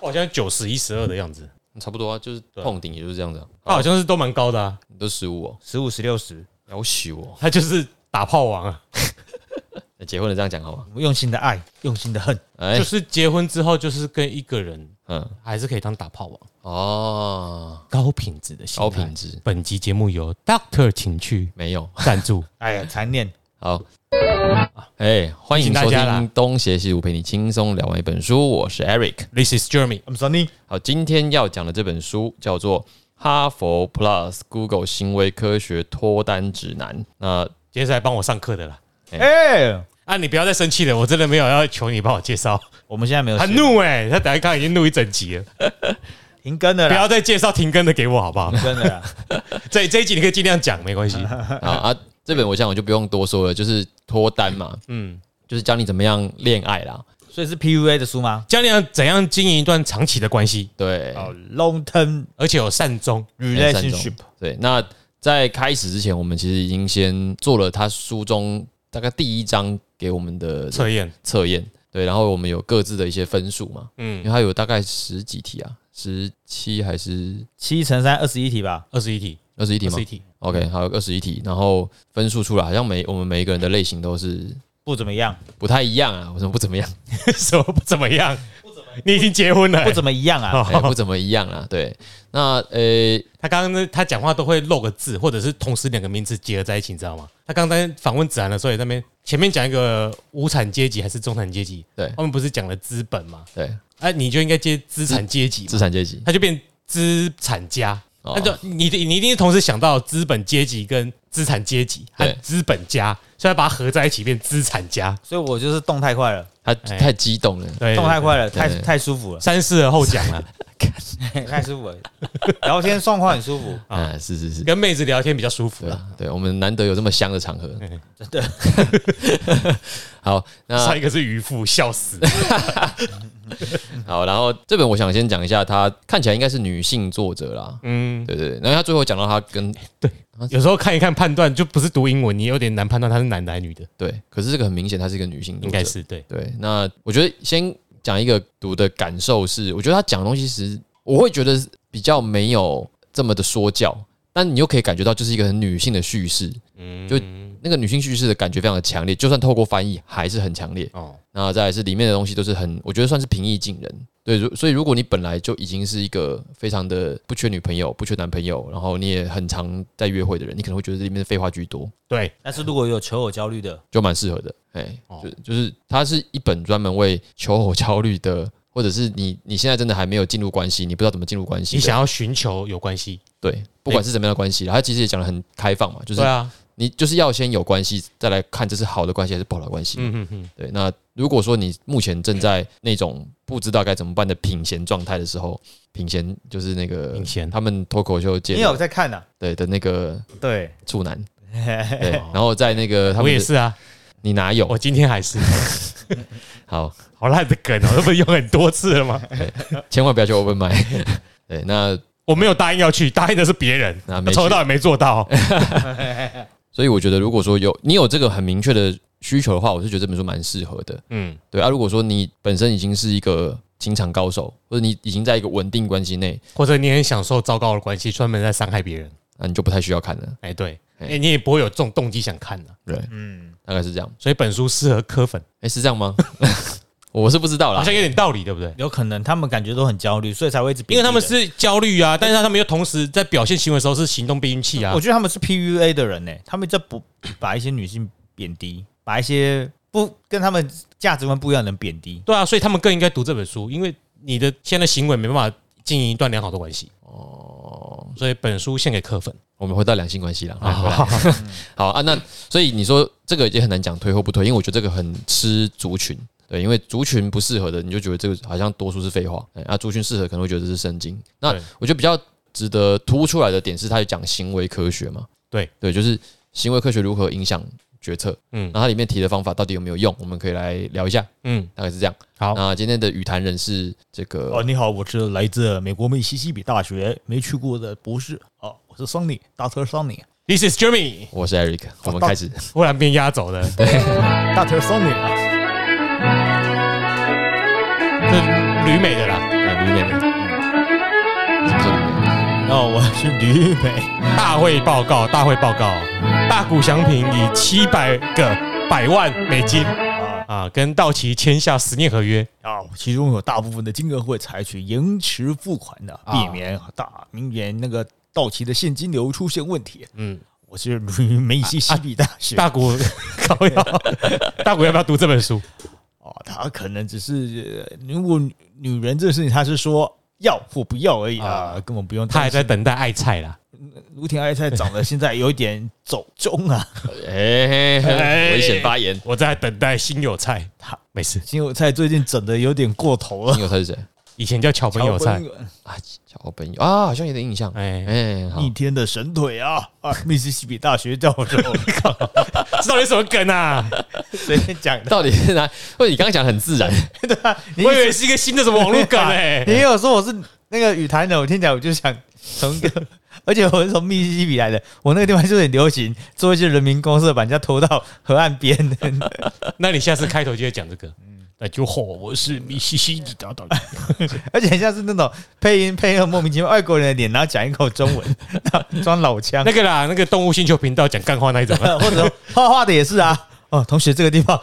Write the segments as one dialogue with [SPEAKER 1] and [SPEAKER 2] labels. [SPEAKER 1] 我好像九十一十二的样子，
[SPEAKER 2] 差不多啊，就是碰顶也就是这样子、啊。
[SPEAKER 1] 他好像是都蛮高的啊，
[SPEAKER 2] 你都十五哦，
[SPEAKER 3] 十五、十六、十，
[SPEAKER 2] 要羞哦。
[SPEAKER 1] 他就是打炮王啊，
[SPEAKER 2] 那结婚了这样讲好吗？
[SPEAKER 3] 用心的爱，用心的恨，
[SPEAKER 2] 哎、
[SPEAKER 1] 就是结婚之后就是跟一个人
[SPEAKER 2] 嗯，
[SPEAKER 1] 还是可以当打炮王，
[SPEAKER 2] 哦，
[SPEAKER 1] 高品质的性
[SPEAKER 2] 高
[SPEAKER 1] 爱
[SPEAKER 2] 品质
[SPEAKER 1] 本集节目由 Doctor 情趣
[SPEAKER 2] 没有。
[SPEAKER 1] 赞 助，
[SPEAKER 3] 哎呀，残念。
[SPEAKER 2] 好，哎、欢
[SPEAKER 1] 提醒
[SPEAKER 2] 迎
[SPEAKER 1] 大
[SPEAKER 2] 收听
[SPEAKER 1] 家啦
[SPEAKER 2] 《东邪西毒》，陪你轻松聊完一本书。我是 Eric。
[SPEAKER 1] This is Jeremy，
[SPEAKER 3] I'm Sunny，
[SPEAKER 2] 好，今天要讲的这本书叫做《哈佛 Plus Google 行为科学脱单指南》。那
[SPEAKER 1] 今天是来帮我上课的啦。
[SPEAKER 3] 哎，
[SPEAKER 1] 啊，你不要再生气了，我真的没有要求你帮我介 绍，
[SPEAKER 3] 我们现在没有
[SPEAKER 1] 很
[SPEAKER 3] 写
[SPEAKER 1] 怒哎、他等一下刚已经怒一整集了，
[SPEAKER 3] 停更了
[SPEAKER 1] 不
[SPEAKER 3] 啦，
[SPEAKER 1] 要再介绍停更的给我好不好？
[SPEAKER 3] 停更了啦。
[SPEAKER 1] 这这一集你可以尽量讲，没关 系。
[SPEAKER 2] 啊啊，这本我想我就不用多说了，就是脱单嘛，
[SPEAKER 1] 嗯，
[SPEAKER 2] 就是教你怎么样恋爱啦。
[SPEAKER 3] 所以是 PUA 的书吗？
[SPEAKER 1] 教你要怎样经营一段长期的关系，
[SPEAKER 2] 对，
[SPEAKER 3] 哦，Long Term
[SPEAKER 1] 而且有善终。
[SPEAKER 3] Relationship，
[SPEAKER 2] 对，那在开始之前，我们其实已经先做了他书中大概第一章给我们的
[SPEAKER 1] 测验，
[SPEAKER 2] 测验，对，然后我们有各自的一些分数嘛，因
[SPEAKER 1] 嗯，
[SPEAKER 2] 为它有大概十几题啊，十七还是
[SPEAKER 3] 七乘三二十一题吧。
[SPEAKER 1] 二十一题，
[SPEAKER 2] 二十一题
[SPEAKER 1] 二
[SPEAKER 2] 吗
[SPEAKER 1] 十一嗯题，
[SPEAKER 2] ？OK，还有二十一题，然后分数出来，好像每我们每一个人的类型都是
[SPEAKER 3] 不怎么样，
[SPEAKER 2] 不太一样啊，我说不怎么样，
[SPEAKER 1] 什么不怎么样？你已经结婚了、
[SPEAKER 3] 不怎么一样啊。
[SPEAKER 1] 哦
[SPEAKER 2] 哎不怎么一样啊，对，那呃，
[SPEAKER 1] 他刚刚那他讲话都会漏个字，或者是同时两个名字结合在一起，你知道吗？他刚才访问子涵的时候，也在那边前面讲一个无产阶级还是中产阶级，
[SPEAKER 2] 对
[SPEAKER 1] 他们不是讲了资本吗？
[SPEAKER 2] 对，
[SPEAKER 1] 哎、你就应该接资产阶级嘛，
[SPEAKER 2] 资产阶级，
[SPEAKER 1] 他就变资产家。
[SPEAKER 2] 嗯哦
[SPEAKER 1] 那就你你一定同时想到资本阶级跟资产阶级和
[SPEAKER 2] 对
[SPEAKER 1] 资本家，所以他把它合在一起变资产家。
[SPEAKER 3] 所以我就是动太快了，
[SPEAKER 2] 他
[SPEAKER 1] 哎
[SPEAKER 2] 太激动了，
[SPEAKER 1] 对，
[SPEAKER 3] 动太快了，
[SPEAKER 2] 对
[SPEAKER 3] 太
[SPEAKER 2] 对
[SPEAKER 3] 太 舒服了，
[SPEAKER 1] 三思而后讲啊了，
[SPEAKER 3] 太舒服了。聊天状况很舒服，
[SPEAKER 1] 啊
[SPEAKER 2] 啊，是是是。
[SPEAKER 1] 跟妹子聊天比较舒服
[SPEAKER 2] 对
[SPEAKER 1] 了。
[SPEAKER 2] 啊，对我们难得有这么香的场合，
[SPEAKER 3] 真的。
[SPEAKER 2] 好，那
[SPEAKER 1] 上一个是渔夫，笑死。
[SPEAKER 2] 好，然后这本我想先讲一下，她看起来应该是女性作者啦，
[SPEAKER 1] 嗯，
[SPEAKER 2] 对对对，然后她最后讲到她跟
[SPEAKER 1] 有时候看一看判断，就不是读英文，你有点难判断他是男的还是女的，
[SPEAKER 2] 对，可是这个很明显她是一个女性作
[SPEAKER 1] 应
[SPEAKER 2] 者
[SPEAKER 1] 该，是对。
[SPEAKER 2] 对。那我觉得先讲一个读的感受是，我觉得她讲的东西其实我会觉得比较没有这么的说教，但你又可以感觉到就是一个很女性的叙事，
[SPEAKER 1] 嗯，
[SPEAKER 2] 就那个女性叙事的感觉非常的强烈，就算透过翻译还是很强烈。
[SPEAKER 1] 哦，
[SPEAKER 2] 那再来是里面的东西都是很，我觉得算是平易近人。对，如所以如果你本来就已经是一个非常的不缺女朋友、不缺男朋友，然后你也很常在约会的人，你可能会觉得里面的废话居多，
[SPEAKER 1] 对，
[SPEAKER 3] 但是如果有求偶焦虑的，
[SPEAKER 2] 就蛮适合的。哎、
[SPEAKER 1] 哦
[SPEAKER 2] 就就是它是一本专门为求偶焦虑的，或者是你你现在真的还没有进入关系，你不知道怎么进入关系
[SPEAKER 1] 你
[SPEAKER 2] 的，
[SPEAKER 1] 想要寻求有关系，
[SPEAKER 2] 对，不管是怎么样的关系啦，它其实也讲的很开放嘛，就是
[SPEAKER 1] 对啊，
[SPEAKER 2] 你就是要先有关系，再来看这是好的关系还是不好的关系。
[SPEAKER 1] 嗯哼哼，
[SPEAKER 2] 对，那如果说你目前正在那种不知道该怎么办的品闲状态的时候，品闲就是那个
[SPEAKER 1] 品闲
[SPEAKER 2] 他们脱口秀界
[SPEAKER 3] 你
[SPEAKER 2] 的
[SPEAKER 3] 有在看呐？
[SPEAKER 2] 对的那个
[SPEAKER 3] 对，
[SPEAKER 2] 处男，对， 然后在那个
[SPEAKER 1] 哦
[SPEAKER 2] 他
[SPEAKER 1] 我
[SPEAKER 2] 们
[SPEAKER 1] 也
[SPEAKER 2] 的，
[SPEAKER 1] 是啊，
[SPEAKER 2] 你哪有
[SPEAKER 1] 我？今天还是
[SPEAKER 2] 好，
[SPEAKER 1] 好烂的梗哦，这不是用很多次 了吗？
[SPEAKER 2] 千万不要去 open m i 对，那
[SPEAKER 1] 我没有答应要去，答应的是别人，
[SPEAKER 2] 那啊没
[SPEAKER 1] 我
[SPEAKER 2] 去
[SPEAKER 1] 从头到尾没做 到。
[SPEAKER 2] 所以我觉得，如果说有你有这个很明确的需求的话，我是觉得这本书蛮适合的。
[SPEAKER 1] 嗯，
[SPEAKER 2] 对啊，如果说你本身已经是一个情场高手，或者你已经在一个稳定关系内，
[SPEAKER 1] 或者你很享受糟糕的关系，专门在伤害别人，
[SPEAKER 2] 那你就不太需要看了。
[SPEAKER 1] 哎，对，
[SPEAKER 2] 哎
[SPEAKER 1] 哎，你也不会有这种动机想看的，
[SPEAKER 2] 对，
[SPEAKER 3] 嗯，
[SPEAKER 2] 大概是这样。
[SPEAKER 1] 所以本书适合磕粉，
[SPEAKER 2] 哎、是这样吗？ 我是不知道啦
[SPEAKER 1] 好。像有点道理，对不对？
[SPEAKER 3] 有可能他们感觉都很焦虑，所以才会一直
[SPEAKER 1] 因为他们
[SPEAKER 3] 贬低
[SPEAKER 1] 是焦虑啊，但是他们又同时在表现行为的时候是行动避孕器
[SPEAKER 3] 人，
[SPEAKER 1] 啊
[SPEAKER 3] 我。觉得他们是 PUA 的人呢、他们在不把一些女性贬低，把一些不跟他们价值观不一样的人贬低。
[SPEAKER 1] 对啊，所以他们更应该读这本书，因为你的现在行为没办法经营一段良好的关系。哦，所以本书献给柯粉。
[SPEAKER 2] 我们回到两性关系了。好好啊，那所以你说这个也很难讲推或不推，因为我觉得这个很吃族群。对，因为族群不适合的，你就觉得这个好像多数是废话。哎啊，族群适合可能会觉得这是圣经。那
[SPEAKER 1] 对
[SPEAKER 2] 我觉得比较值得突出来的点是，它有讲行为科学嘛。
[SPEAKER 1] 对
[SPEAKER 2] 对，就是行为科学如何影响决策。
[SPEAKER 1] 嗯
[SPEAKER 2] 那它里面提的方法到底有没有用？我们可以来聊一下，
[SPEAKER 1] 嗯，
[SPEAKER 2] 大概是这样。
[SPEAKER 1] 好
[SPEAKER 2] 那今天的语坛人是这个
[SPEAKER 3] 哦，你好，我是来自美国密西西比大学没去过的博士。哦，我是桑尼，大特桑尼，
[SPEAKER 1] ，This is Jeremy，
[SPEAKER 2] 我是
[SPEAKER 1] 哦
[SPEAKER 2] Eric，我们开始。
[SPEAKER 1] 忽然变压轴的，
[SPEAKER 3] 大特桑尼啊。
[SPEAKER 1] 这旅美的啦，
[SPEAKER 2] 啊，旅美的，什么是旅美的？
[SPEAKER 3] 然后我是旅美，
[SPEAKER 1] 大会报告，大会报告，大谷翔平以七百个百万美金
[SPEAKER 3] 啊
[SPEAKER 1] 啊，跟道奇签下十年合约，
[SPEAKER 3] 啊，其中有大部分的金额会采取延迟付款
[SPEAKER 1] 啊
[SPEAKER 3] 的，避免大明年那个到期的现金流出现问题。
[SPEAKER 1] 嗯，啊
[SPEAKER 3] 我是旅美西西比大学
[SPEAKER 1] 大谷高 要，大谷要不要读这本书？
[SPEAKER 3] 哦，他可能只是呃如果女女人这个事情，他是说要或不要而已啊，根本不用
[SPEAKER 1] 他还
[SPEAKER 3] 担心。
[SPEAKER 1] 在等待爱菜啦，
[SPEAKER 3] 卢婷爱菜长得现在有一点走中啊，
[SPEAKER 2] 哎、
[SPEAKER 1] 哎
[SPEAKER 2] 危险发言。
[SPEAKER 1] 我在等待新有菜
[SPEAKER 3] 他，
[SPEAKER 1] 没事，
[SPEAKER 3] 新有菜最近整的有点过头了
[SPEAKER 2] 你。有他是谁
[SPEAKER 1] 以前叫桥本有菜，
[SPEAKER 2] 啊？ 小朋友啊，好像有点印象。哎、
[SPEAKER 1] 哎，
[SPEAKER 2] 好
[SPEAKER 3] 逆，天的神腿啊啊！密西西比大学教授，
[SPEAKER 1] 这到底什么梗啊？
[SPEAKER 3] 随便讲的。
[SPEAKER 2] 到底是哪？ 或者你刚刚讲得很自然，
[SPEAKER 3] 你
[SPEAKER 1] 啊我以为是一个新的什么网络梗 哎、
[SPEAKER 3] 你有说我是那个语坛的，我听起来我就想从一个，而且我是从密西西比来的，我那个地方就是很流行做一些人民公社，把人家拖到河岸边的。
[SPEAKER 1] 那你下次开头就会讲这个，嗯那就吼我是米西西里达达，
[SPEAKER 3] 而且很像是那种配音配合莫名其妙外国人的脸，然后讲一口中文， 然后装老腔 呃
[SPEAKER 1] 那，个啦，那个动物星球频道讲干话那一 种啊，
[SPEAKER 3] 或者画画的也是啊。哦，同学，这个地 方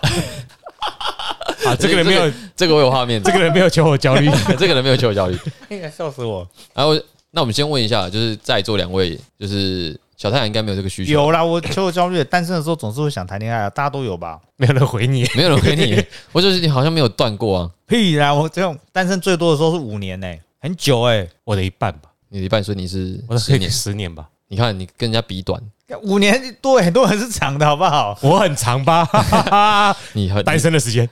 [SPEAKER 1] 啊这个人没有，
[SPEAKER 2] 这个我有画面，
[SPEAKER 1] 这
[SPEAKER 2] 这
[SPEAKER 1] 个人没有求偶 焦虑，
[SPEAKER 2] 个这个人没有求我焦虑。
[SPEAKER 3] 哎笑死我！
[SPEAKER 2] 然后，那我们先问一下，就是在座两位，就是小太阳应该没有这个需求，
[SPEAKER 3] 有啦，我求偶焦虑，单身的时候总是会想谈恋爱啊，大家都有吧？
[SPEAKER 1] 没有人回你，
[SPEAKER 2] 没有人回你， 我就是你好像没有断过啊。
[SPEAKER 3] 屁啦，我这种单身最多的时候是五年呢、很久哎、
[SPEAKER 1] 我的一半吧，
[SPEAKER 2] 你的一半，所以你是
[SPEAKER 1] 我的
[SPEAKER 2] 十
[SPEAKER 1] 十
[SPEAKER 2] 年
[SPEAKER 1] 年。十年吧，
[SPEAKER 2] 你看你跟人家比短，
[SPEAKER 3] 五年对很多人是长的好不好？
[SPEAKER 1] 我很长 吧，哈哈哈
[SPEAKER 2] 你很
[SPEAKER 1] 单身的时间，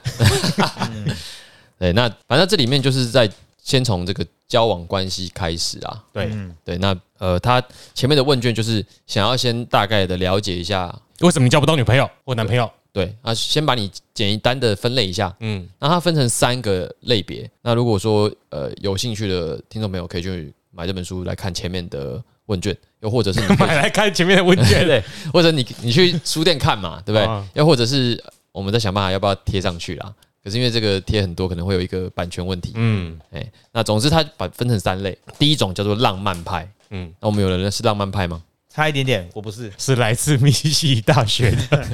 [SPEAKER 2] 对。那反正这里面就是在先从这个交往关系开始啊。
[SPEAKER 1] 对，
[SPEAKER 3] 嗯，
[SPEAKER 2] 对，那呃，他前面的问卷就是想要先大概的了解一下，
[SPEAKER 1] 为什么你交不到女朋友或男朋友？
[SPEAKER 2] 对啊，先把你简单的分类一下，
[SPEAKER 1] 嗯，
[SPEAKER 2] 那它分成三个类别。那如果说呃有兴趣的听众朋友可以去买这本书来看前面的问卷，又或者是你可以
[SPEAKER 1] 买来看前面的问
[SPEAKER 2] 对
[SPEAKER 1] 卷，
[SPEAKER 2] 对，或者你你去书店看嘛，对不对？
[SPEAKER 1] 啊
[SPEAKER 2] 又或者是呃我们在想办法要不要贴上去啦。可是因为这个贴很多可能会有一个版权问题，
[SPEAKER 1] 嗯
[SPEAKER 2] 哎、那总之它把分成三类，第一种叫做浪漫派，
[SPEAKER 1] 嗯，
[SPEAKER 2] 那我们有人是浪漫派吗？
[SPEAKER 3] 差一点点，我不是
[SPEAKER 1] 是来自密西西里大学 的，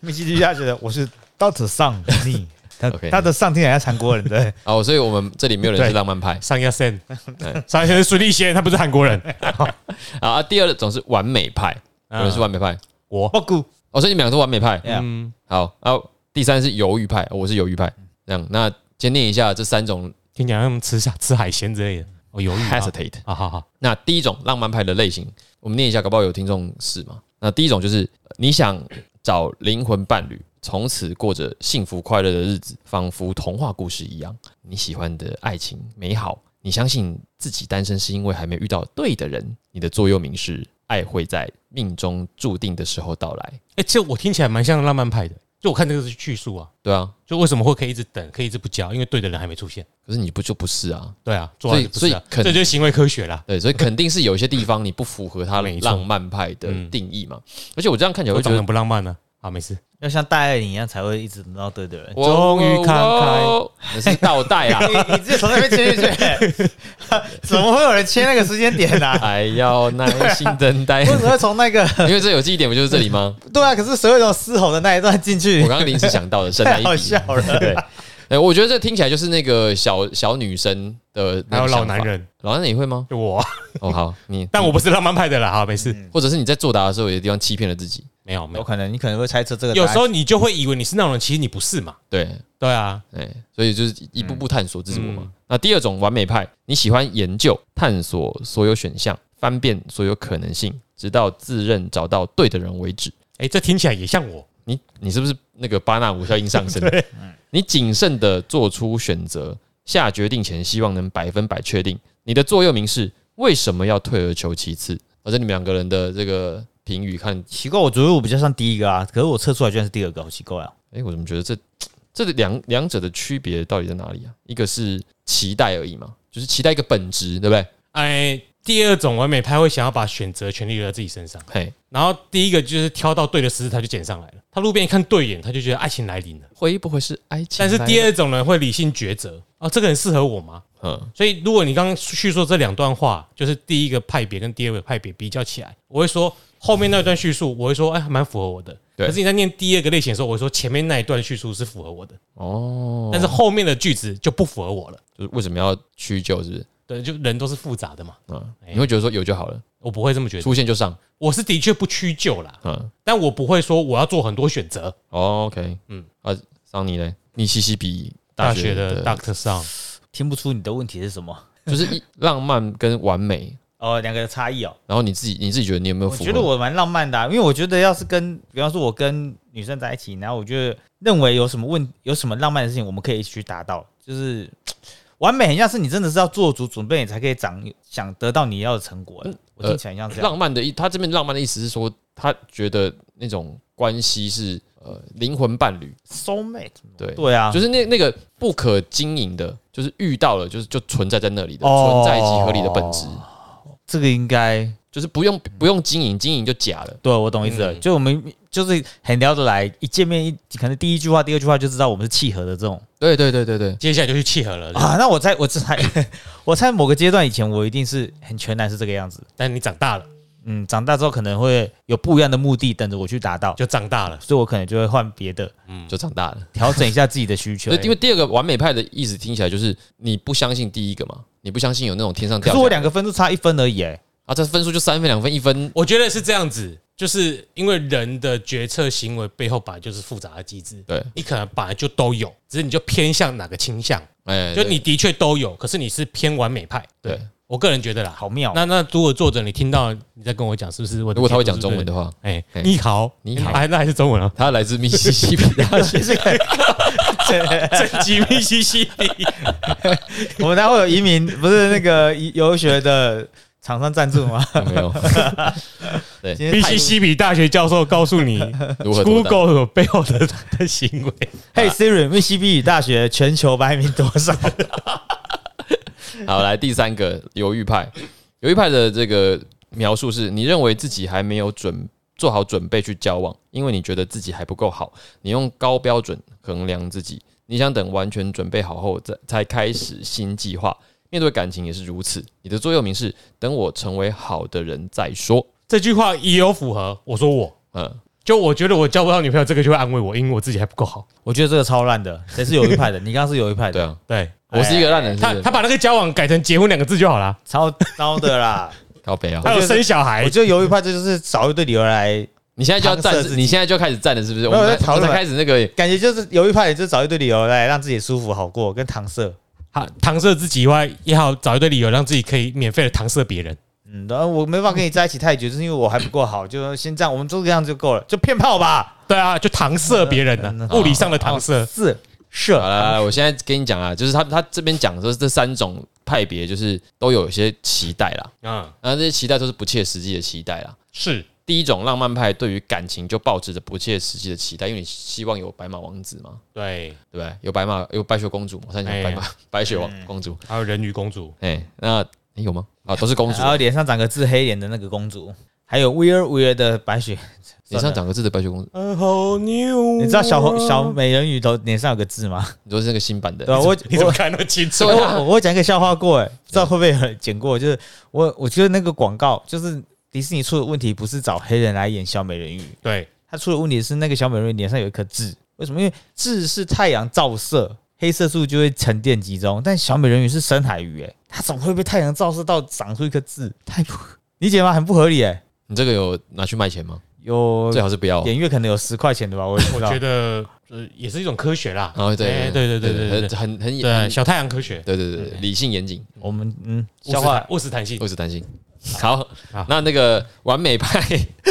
[SPEAKER 3] 密西西比大学的，我是 Doctor 上 你，他
[SPEAKER 2] OK
[SPEAKER 3] 他的上听起来像韩国人对，
[SPEAKER 2] 哦，所以我们这里没有人是
[SPEAKER 1] 对
[SPEAKER 2] 浪漫派
[SPEAKER 1] 上亚森，上亚森是孙立先，他不是韩国人，
[SPEAKER 2] 啊。啊第二种是完美派，
[SPEAKER 1] 啊
[SPEAKER 2] 有人是完美派，
[SPEAKER 1] 我，
[SPEAKER 3] 我姑
[SPEAKER 2] 哦，所以你们两个是完美派，
[SPEAKER 3] 对啊
[SPEAKER 1] 嗯，
[SPEAKER 2] 好，然后第三是鱿鱼派，我是鱿鱼派。这样，那先念一下这三种
[SPEAKER 1] 听讲他们吃下吃海鲜之类的，我犹豫啊
[SPEAKER 2] hesitate。
[SPEAKER 1] 啊，好好，
[SPEAKER 2] 那第一种浪漫派的类型，我们念一下，搞不好有听众是嘛？那第一种就是呃你想找灵魂伴侣，从此过着幸福快乐的日子，仿佛童话故事一样。你喜欢的爱情美好，你相信自己单身是因为还没有遇到对的人。你的座右铭是：爱会在命中注定的时候到来。
[SPEAKER 1] 哎，这我听起来蛮像浪漫派的，就我看这个是叙述啊。
[SPEAKER 2] 对啊，
[SPEAKER 1] 就为什么会可以一直等，可以一直不交，因为对的人还没出现。
[SPEAKER 2] 可是你不就不是啊？
[SPEAKER 1] 对啊，做爱就不是啊
[SPEAKER 2] 所以所以肯
[SPEAKER 1] 这就是行为科学啦。
[SPEAKER 2] 对，所以肯定是有一些地方你不符合他
[SPEAKER 1] 没错嗯
[SPEAKER 2] 浪漫派的定义嘛。而且我这样看起来
[SPEAKER 1] 我
[SPEAKER 2] 会觉
[SPEAKER 1] 长得
[SPEAKER 2] 得，
[SPEAKER 1] 不浪漫呢、啊。好，没事。
[SPEAKER 3] 要像戴爱玲一样才会一直等到对的人。
[SPEAKER 1] 终于看开，
[SPEAKER 2] 那是倒带 啊！
[SPEAKER 3] 你你直接从那边切进去，怎么会有人切那个时间点呢、啊？
[SPEAKER 2] 还要哎耐心等待
[SPEAKER 3] 为，什么会从那个？
[SPEAKER 2] 因为这有记忆点不就是这里吗？
[SPEAKER 3] 对啊，可是谁会从嘶吼的那一段进
[SPEAKER 2] 我
[SPEAKER 3] 去？
[SPEAKER 2] 刚刚临时想到的，圣诞
[SPEAKER 3] 太
[SPEAKER 2] 一
[SPEAKER 3] 好
[SPEAKER 2] 笔
[SPEAKER 3] 笑。了。
[SPEAKER 2] 对，对，我觉得这听起来就是那个小小女生的，
[SPEAKER 1] 还有老男，人，
[SPEAKER 2] 老男人也会吗？
[SPEAKER 1] 就我啊，
[SPEAKER 2] 哦，好，你，
[SPEAKER 1] 但我不是浪漫派的啦。好，没事。
[SPEAKER 2] 或者是你在作答的时候，有些地方欺骗了自己，
[SPEAKER 1] 没有没
[SPEAKER 3] 有
[SPEAKER 1] 有，
[SPEAKER 3] 可能你可能会猜测这个答
[SPEAKER 1] 有
[SPEAKER 3] 案，
[SPEAKER 1] 时候你就会以为你是那种人，其实你不是嘛。
[SPEAKER 2] 对，
[SPEAKER 1] 对啊，
[SPEAKER 2] 哎，所以就是一步步探索自我嘛。
[SPEAKER 1] 嗯
[SPEAKER 2] 那第二种完美派，你喜欢研究、探索所有选项，翻遍所有可能性，直到自认找到对的人为止。
[SPEAKER 1] 哎，这听起来也像我。
[SPEAKER 2] 你你是不是那个巴纳姆效应上升？你谨慎的做出选择，下决定前希望能百分百确定。你的座右铭是为什么要退而求其次？而且你们两个人的这个评语看，
[SPEAKER 3] 奇怪，我觉得我比较像第一个啊，可是我测出来居然是第二个，好奇怪啊！
[SPEAKER 2] 哎、我怎么觉得这这两两者的区别到底在哪里啊？一个是期待而已嘛，就是期待一个本质，对不对？
[SPEAKER 1] 哎，第二种完美派会想要把选择权利留在自己身上，
[SPEAKER 2] 嘿，
[SPEAKER 1] 然后第一个就是挑到对的狮子，他就捡上来了。他路边一看对眼，他就觉得爱情来临了。
[SPEAKER 2] 会不会是爱情？
[SPEAKER 1] 但是第，二种呢，会理性抉择啊，这个人适合我吗？
[SPEAKER 2] 嗯，
[SPEAKER 1] 所以，如果你刚刚叙述这两段话，就是第一个派别跟第二个派别比较起来，我会说后面那段叙述，我会说哎，还蛮符合我的。
[SPEAKER 2] 对
[SPEAKER 1] 可是你在念第二个类型的时候，我会说前面那一段叙述是符合我的，
[SPEAKER 2] 哦，
[SPEAKER 1] 但是后面的句子就不符合我了。
[SPEAKER 2] 就是为什么要屈就？是不是？
[SPEAKER 1] 对，就人都是复杂的嘛，
[SPEAKER 2] 嗯，
[SPEAKER 1] 哎
[SPEAKER 2] 你会觉得说有就好了，
[SPEAKER 1] 我不会这么觉得。
[SPEAKER 2] 出现就上，
[SPEAKER 1] 我是的确不屈就啦，
[SPEAKER 2] 嗯
[SPEAKER 1] 但我不会说我要做很多选择。
[SPEAKER 2] 哦，OK，
[SPEAKER 1] 嗯
[SPEAKER 2] 嗯，啊，桑尼嘞，密西西比
[SPEAKER 1] 大
[SPEAKER 2] 学
[SPEAKER 1] 学的 Doctor Song，
[SPEAKER 3] 听不出你的问题是什么
[SPEAKER 2] 就是一浪漫跟完美，
[SPEAKER 3] 哦，两个的差异哦。
[SPEAKER 2] 然后你自己你自己觉得你有没有
[SPEAKER 3] 我
[SPEAKER 2] 符合？
[SPEAKER 3] 觉得我蛮浪漫的、啊，因为我觉得要是跟，比方说我跟女生在一起，然后我觉得认为有什么问，有什么浪漫的事情，我们可以一起去达到，就是完美，很像是你真的是要做足准备，你才可以长想得到你要的成果。我听起来很像这样，
[SPEAKER 2] 浪漫的意，他这边浪漫的意思是说，他觉得那种关系是呃灵魂伴侣，
[SPEAKER 3] soul mate，
[SPEAKER 2] 对，
[SPEAKER 3] 对啊，
[SPEAKER 2] 就是那那个不可经营的，就是遇到了，就是就存在在那里的、
[SPEAKER 3] 哦
[SPEAKER 2] 存在即合理的本质，
[SPEAKER 3] 这个应该
[SPEAKER 2] 就是不用不用经营，经营就假了。
[SPEAKER 3] 对我懂意思了，
[SPEAKER 1] 嗯
[SPEAKER 3] 就我们就是很聊得来，一见面一可能第一句话、第二句话就知道我们是契合的这种
[SPEAKER 2] 对对对对对，
[SPEAKER 1] 接下来就去契合了。
[SPEAKER 3] 啊。那我猜，我猜， 我猜某个阶段以前，我一定是很全然是这个样子。
[SPEAKER 1] 但你长大了，
[SPEAKER 3] 嗯，长大之后可能会有不一样的目的等着我去达到，
[SPEAKER 1] 就长大了。
[SPEAKER 3] 所以我可能就会换别的，
[SPEAKER 1] 嗯
[SPEAKER 2] 就长大了。
[SPEAKER 3] 调整一下自己的需求
[SPEAKER 2] 所。以因为第二个完美派的意思听起来就是你不相信第一个嘛，你不相信有那种天上
[SPEAKER 3] 可
[SPEAKER 2] 掉
[SPEAKER 3] 是我
[SPEAKER 2] 下来
[SPEAKER 3] 两个分数差一分而已、欸，
[SPEAKER 2] 啊，这分数就三分、两分、一分，
[SPEAKER 1] 我觉得是这样子，就是因为人的决策行为背后本来就是复杂的机制，
[SPEAKER 2] 对，
[SPEAKER 1] 你可能本来就都有，只是你就偏向哪个倾向，
[SPEAKER 2] 哎，
[SPEAKER 1] 就
[SPEAKER 2] 对
[SPEAKER 1] 你的确都有，可是你是偏完美派。
[SPEAKER 2] 对。
[SPEAKER 1] 我个人觉得啦，
[SPEAKER 3] 好妙。
[SPEAKER 1] 那那如果作者你听到你在跟我讲，是不是我的
[SPEAKER 2] 如果他会
[SPEAKER 1] 解
[SPEAKER 2] 讲
[SPEAKER 1] 读
[SPEAKER 2] 中文
[SPEAKER 1] 是
[SPEAKER 2] 的话，
[SPEAKER 1] 不是，哎，
[SPEAKER 2] 哎
[SPEAKER 1] 你好，
[SPEAKER 2] 你好，
[SPEAKER 1] 哎，那 还是中文啊
[SPEAKER 2] 他来自密西西比 大学，
[SPEAKER 3] 这个，
[SPEAKER 1] 整集密西西比，
[SPEAKER 3] 我们待会有移民，不是那个移游学的厂商赞助吗？
[SPEAKER 2] 没有
[SPEAKER 3] 今
[SPEAKER 1] 密
[SPEAKER 3] 天
[SPEAKER 1] 西西比大学教授告诉你
[SPEAKER 2] 如何多大
[SPEAKER 1] ，Google 有背后的的行为，
[SPEAKER 3] 嘿
[SPEAKER 2] 啊
[SPEAKER 3] Siri，密西比大学全球排名多少？
[SPEAKER 2] 好，来第三个犹豫派，犹豫派的这个描述是：你认为自己还没有准做好准备去交往，因为你觉得自己还不够好，你用高标准衡量自己，你想等完全准备好后再才开始新计划。面对感情也是如此，你的座右铭是“等我成为好的人再说
[SPEAKER 1] 这句话也有符合。我说我”。
[SPEAKER 2] 嗯，
[SPEAKER 1] 就我觉得我交不到女朋友，这个就会安慰我，因为我自己还不够好。
[SPEAKER 3] 我觉得这个超烂的，谁是有一派的？你刚刚是有一派
[SPEAKER 2] 对
[SPEAKER 3] 的，
[SPEAKER 2] 啊，
[SPEAKER 1] 对
[SPEAKER 3] 哎
[SPEAKER 2] 我是一个烂人，是
[SPEAKER 1] 他
[SPEAKER 2] 不，是
[SPEAKER 1] 他？把那个交往改成结婚两个字就好啦。
[SPEAKER 3] 超糟的啦！
[SPEAKER 2] 靠北啊！
[SPEAKER 1] 还有生小孩
[SPEAKER 3] 我，觉得有一派这就是找一堆理由来，
[SPEAKER 2] 你现在就要
[SPEAKER 3] 搪塞
[SPEAKER 2] 站
[SPEAKER 3] 自，己
[SPEAKER 2] 你现在就开始站了，是不是？我
[SPEAKER 3] 没有
[SPEAKER 2] 们
[SPEAKER 3] 在
[SPEAKER 2] 才
[SPEAKER 3] 讨
[SPEAKER 2] 我
[SPEAKER 3] 论
[SPEAKER 2] 们才开始那个
[SPEAKER 3] 感觉就是有一派就找一堆理由来让自己舒服好过，跟搪塞。
[SPEAKER 1] 搪搪塞自己以外，也好找一堆理由让自己可以免费的搪塞别人。
[SPEAKER 3] 嗯，然后我没办法跟你在一起太久，就是因为我还不够好，就先这样，我们做这样就够了，就骗炮吧。啊
[SPEAKER 1] 对啊，就搪塞别人呢、
[SPEAKER 2] 嗯
[SPEAKER 1] 物理上的搪塞。
[SPEAKER 3] 是是
[SPEAKER 2] 好，啦，我现在跟你讲啊，就是他他这边讲说这三种派别，就是都有一些期待啦，
[SPEAKER 1] 嗯，
[SPEAKER 2] 然后这些期待都是不切实际的期待啦。
[SPEAKER 1] 是
[SPEAKER 2] 第一种浪漫派对于感情就抱持着不切实际的期待，因为你希望有白马王子嘛，
[SPEAKER 1] 对，
[SPEAKER 2] 对不对？有白马有白雪公主嘛，我三讲
[SPEAKER 1] 哎嗯
[SPEAKER 2] 白马白雪王公主，
[SPEAKER 1] 还有人鱼公主，
[SPEAKER 2] 哎、那你有吗？啊，都是公主
[SPEAKER 1] 哎
[SPEAKER 3] 还，有脸上长个字黑脸的那个公主，还有 weird weird 的白雪，
[SPEAKER 2] 脸上长个字的白雪公主，
[SPEAKER 1] A whole new
[SPEAKER 3] 你知道小红小美人鱼头脸上有个字吗？
[SPEAKER 2] 你说是那个新版的，
[SPEAKER 3] 对
[SPEAKER 1] 啊
[SPEAKER 3] 吧、我
[SPEAKER 1] 你怎么看那么清楚
[SPEAKER 3] 我？
[SPEAKER 2] 对
[SPEAKER 3] 我我讲一个笑话过，哎，不知道会不会有人剪过？就是我我觉得那个广告就是迪士尼出的问题，不是找黑人来演小美人鱼，
[SPEAKER 1] 对，
[SPEAKER 3] 他出的问题是那个小美人鱼脸上有一颗痣，为什么？因为痣是太阳照射，黑色素就会沉淀集中，但小美人鱼是深海鱼、欸，它怎么会被太阳照射到长出一颗痣？太不 理解吗？很不合理、欸，
[SPEAKER 2] 你这个有拿去卖钱吗？
[SPEAKER 3] 有
[SPEAKER 2] 最好是不要、哦
[SPEAKER 3] 点阅可能有十块钱的吧，我也不
[SPEAKER 1] 我
[SPEAKER 3] 知道
[SPEAKER 1] 觉。得呃也是一种科学啦。
[SPEAKER 2] 哦，对
[SPEAKER 1] 哎对对对对对对，
[SPEAKER 2] 很很很
[SPEAKER 1] 对啊嗯
[SPEAKER 2] 很
[SPEAKER 1] 小太阳科学，
[SPEAKER 2] 对对对对，理性严谨。
[SPEAKER 3] 我们嗯，
[SPEAKER 1] 务
[SPEAKER 3] 消
[SPEAKER 1] 实
[SPEAKER 3] 化
[SPEAKER 1] 弹务实弹性
[SPEAKER 3] 嗯
[SPEAKER 2] 我只担心。好
[SPEAKER 1] 好，
[SPEAKER 2] 那那个完美派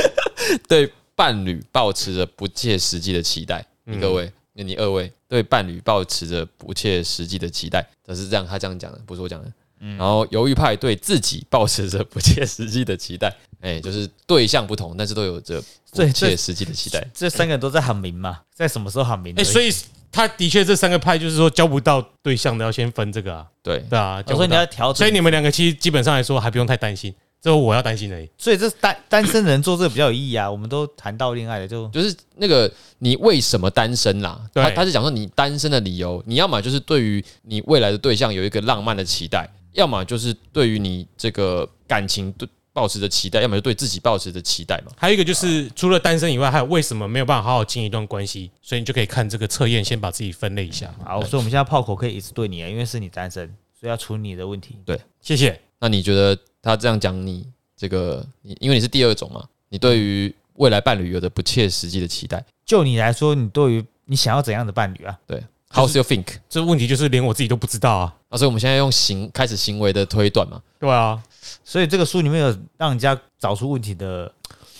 [SPEAKER 2] 对伴侣抱持着不切实际的期待，你各位，那你二位对伴侣抱持着不切实际的期待，这是这样，他这样讲的，不是我讲的。然后犹豫派对自己抱持着不切实际的期待，哎、就是对象不同，但是都有着不
[SPEAKER 3] 对
[SPEAKER 2] 切实际的期待。
[SPEAKER 3] 这三个都在喊名嘛，在什么时候喊名而
[SPEAKER 1] 哎，
[SPEAKER 3] 已？
[SPEAKER 1] 所以他的确这三个派就是说交不到对象的要先分这个啊，
[SPEAKER 2] 对，
[SPEAKER 1] 对啊，
[SPEAKER 3] 我
[SPEAKER 1] 交不
[SPEAKER 3] 说你要
[SPEAKER 1] 到。
[SPEAKER 3] 调整，
[SPEAKER 1] 所以你们两个其实基本上来说还不用太担心，只有我要担心而已。
[SPEAKER 3] 所以这是单单身人做这个比较有意义啊。我们都谈到恋爱了，就
[SPEAKER 2] 就是那个你为什么单身啦？
[SPEAKER 1] 对
[SPEAKER 2] 他他是讲说你单身的理由，你要么就是对于你未来的对象有一个浪漫的期待，要么就是对于你这个感情对抱持的期待，要么就对自己抱持的期待嘛。
[SPEAKER 1] 还有一个就是，除了单身以外，还有为什么没有办法好好经营一段关系？所以你就可以看这个测验，先把自己分类一下。
[SPEAKER 3] 好。所以我们现在炮口可以一直对你啊，因为是你单身，所以要处理你的问题。
[SPEAKER 1] 谢谢。
[SPEAKER 2] 那你觉得他这样讲你这个，你因为你是第二种嘛，你对于未来伴侣有着不切实际的期待
[SPEAKER 3] 就你来说，你对于你想要怎样的伴侣啊？
[SPEAKER 2] ，How's your think？
[SPEAKER 1] 这问题就是连我自己都不知道啊。
[SPEAKER 2] 啊，所以我们现在用行开始行为的推断嘛，
[SPEAKER 1] 对啊，
[SPEAKER 3] 所以这个书里面有让人家找出问题的，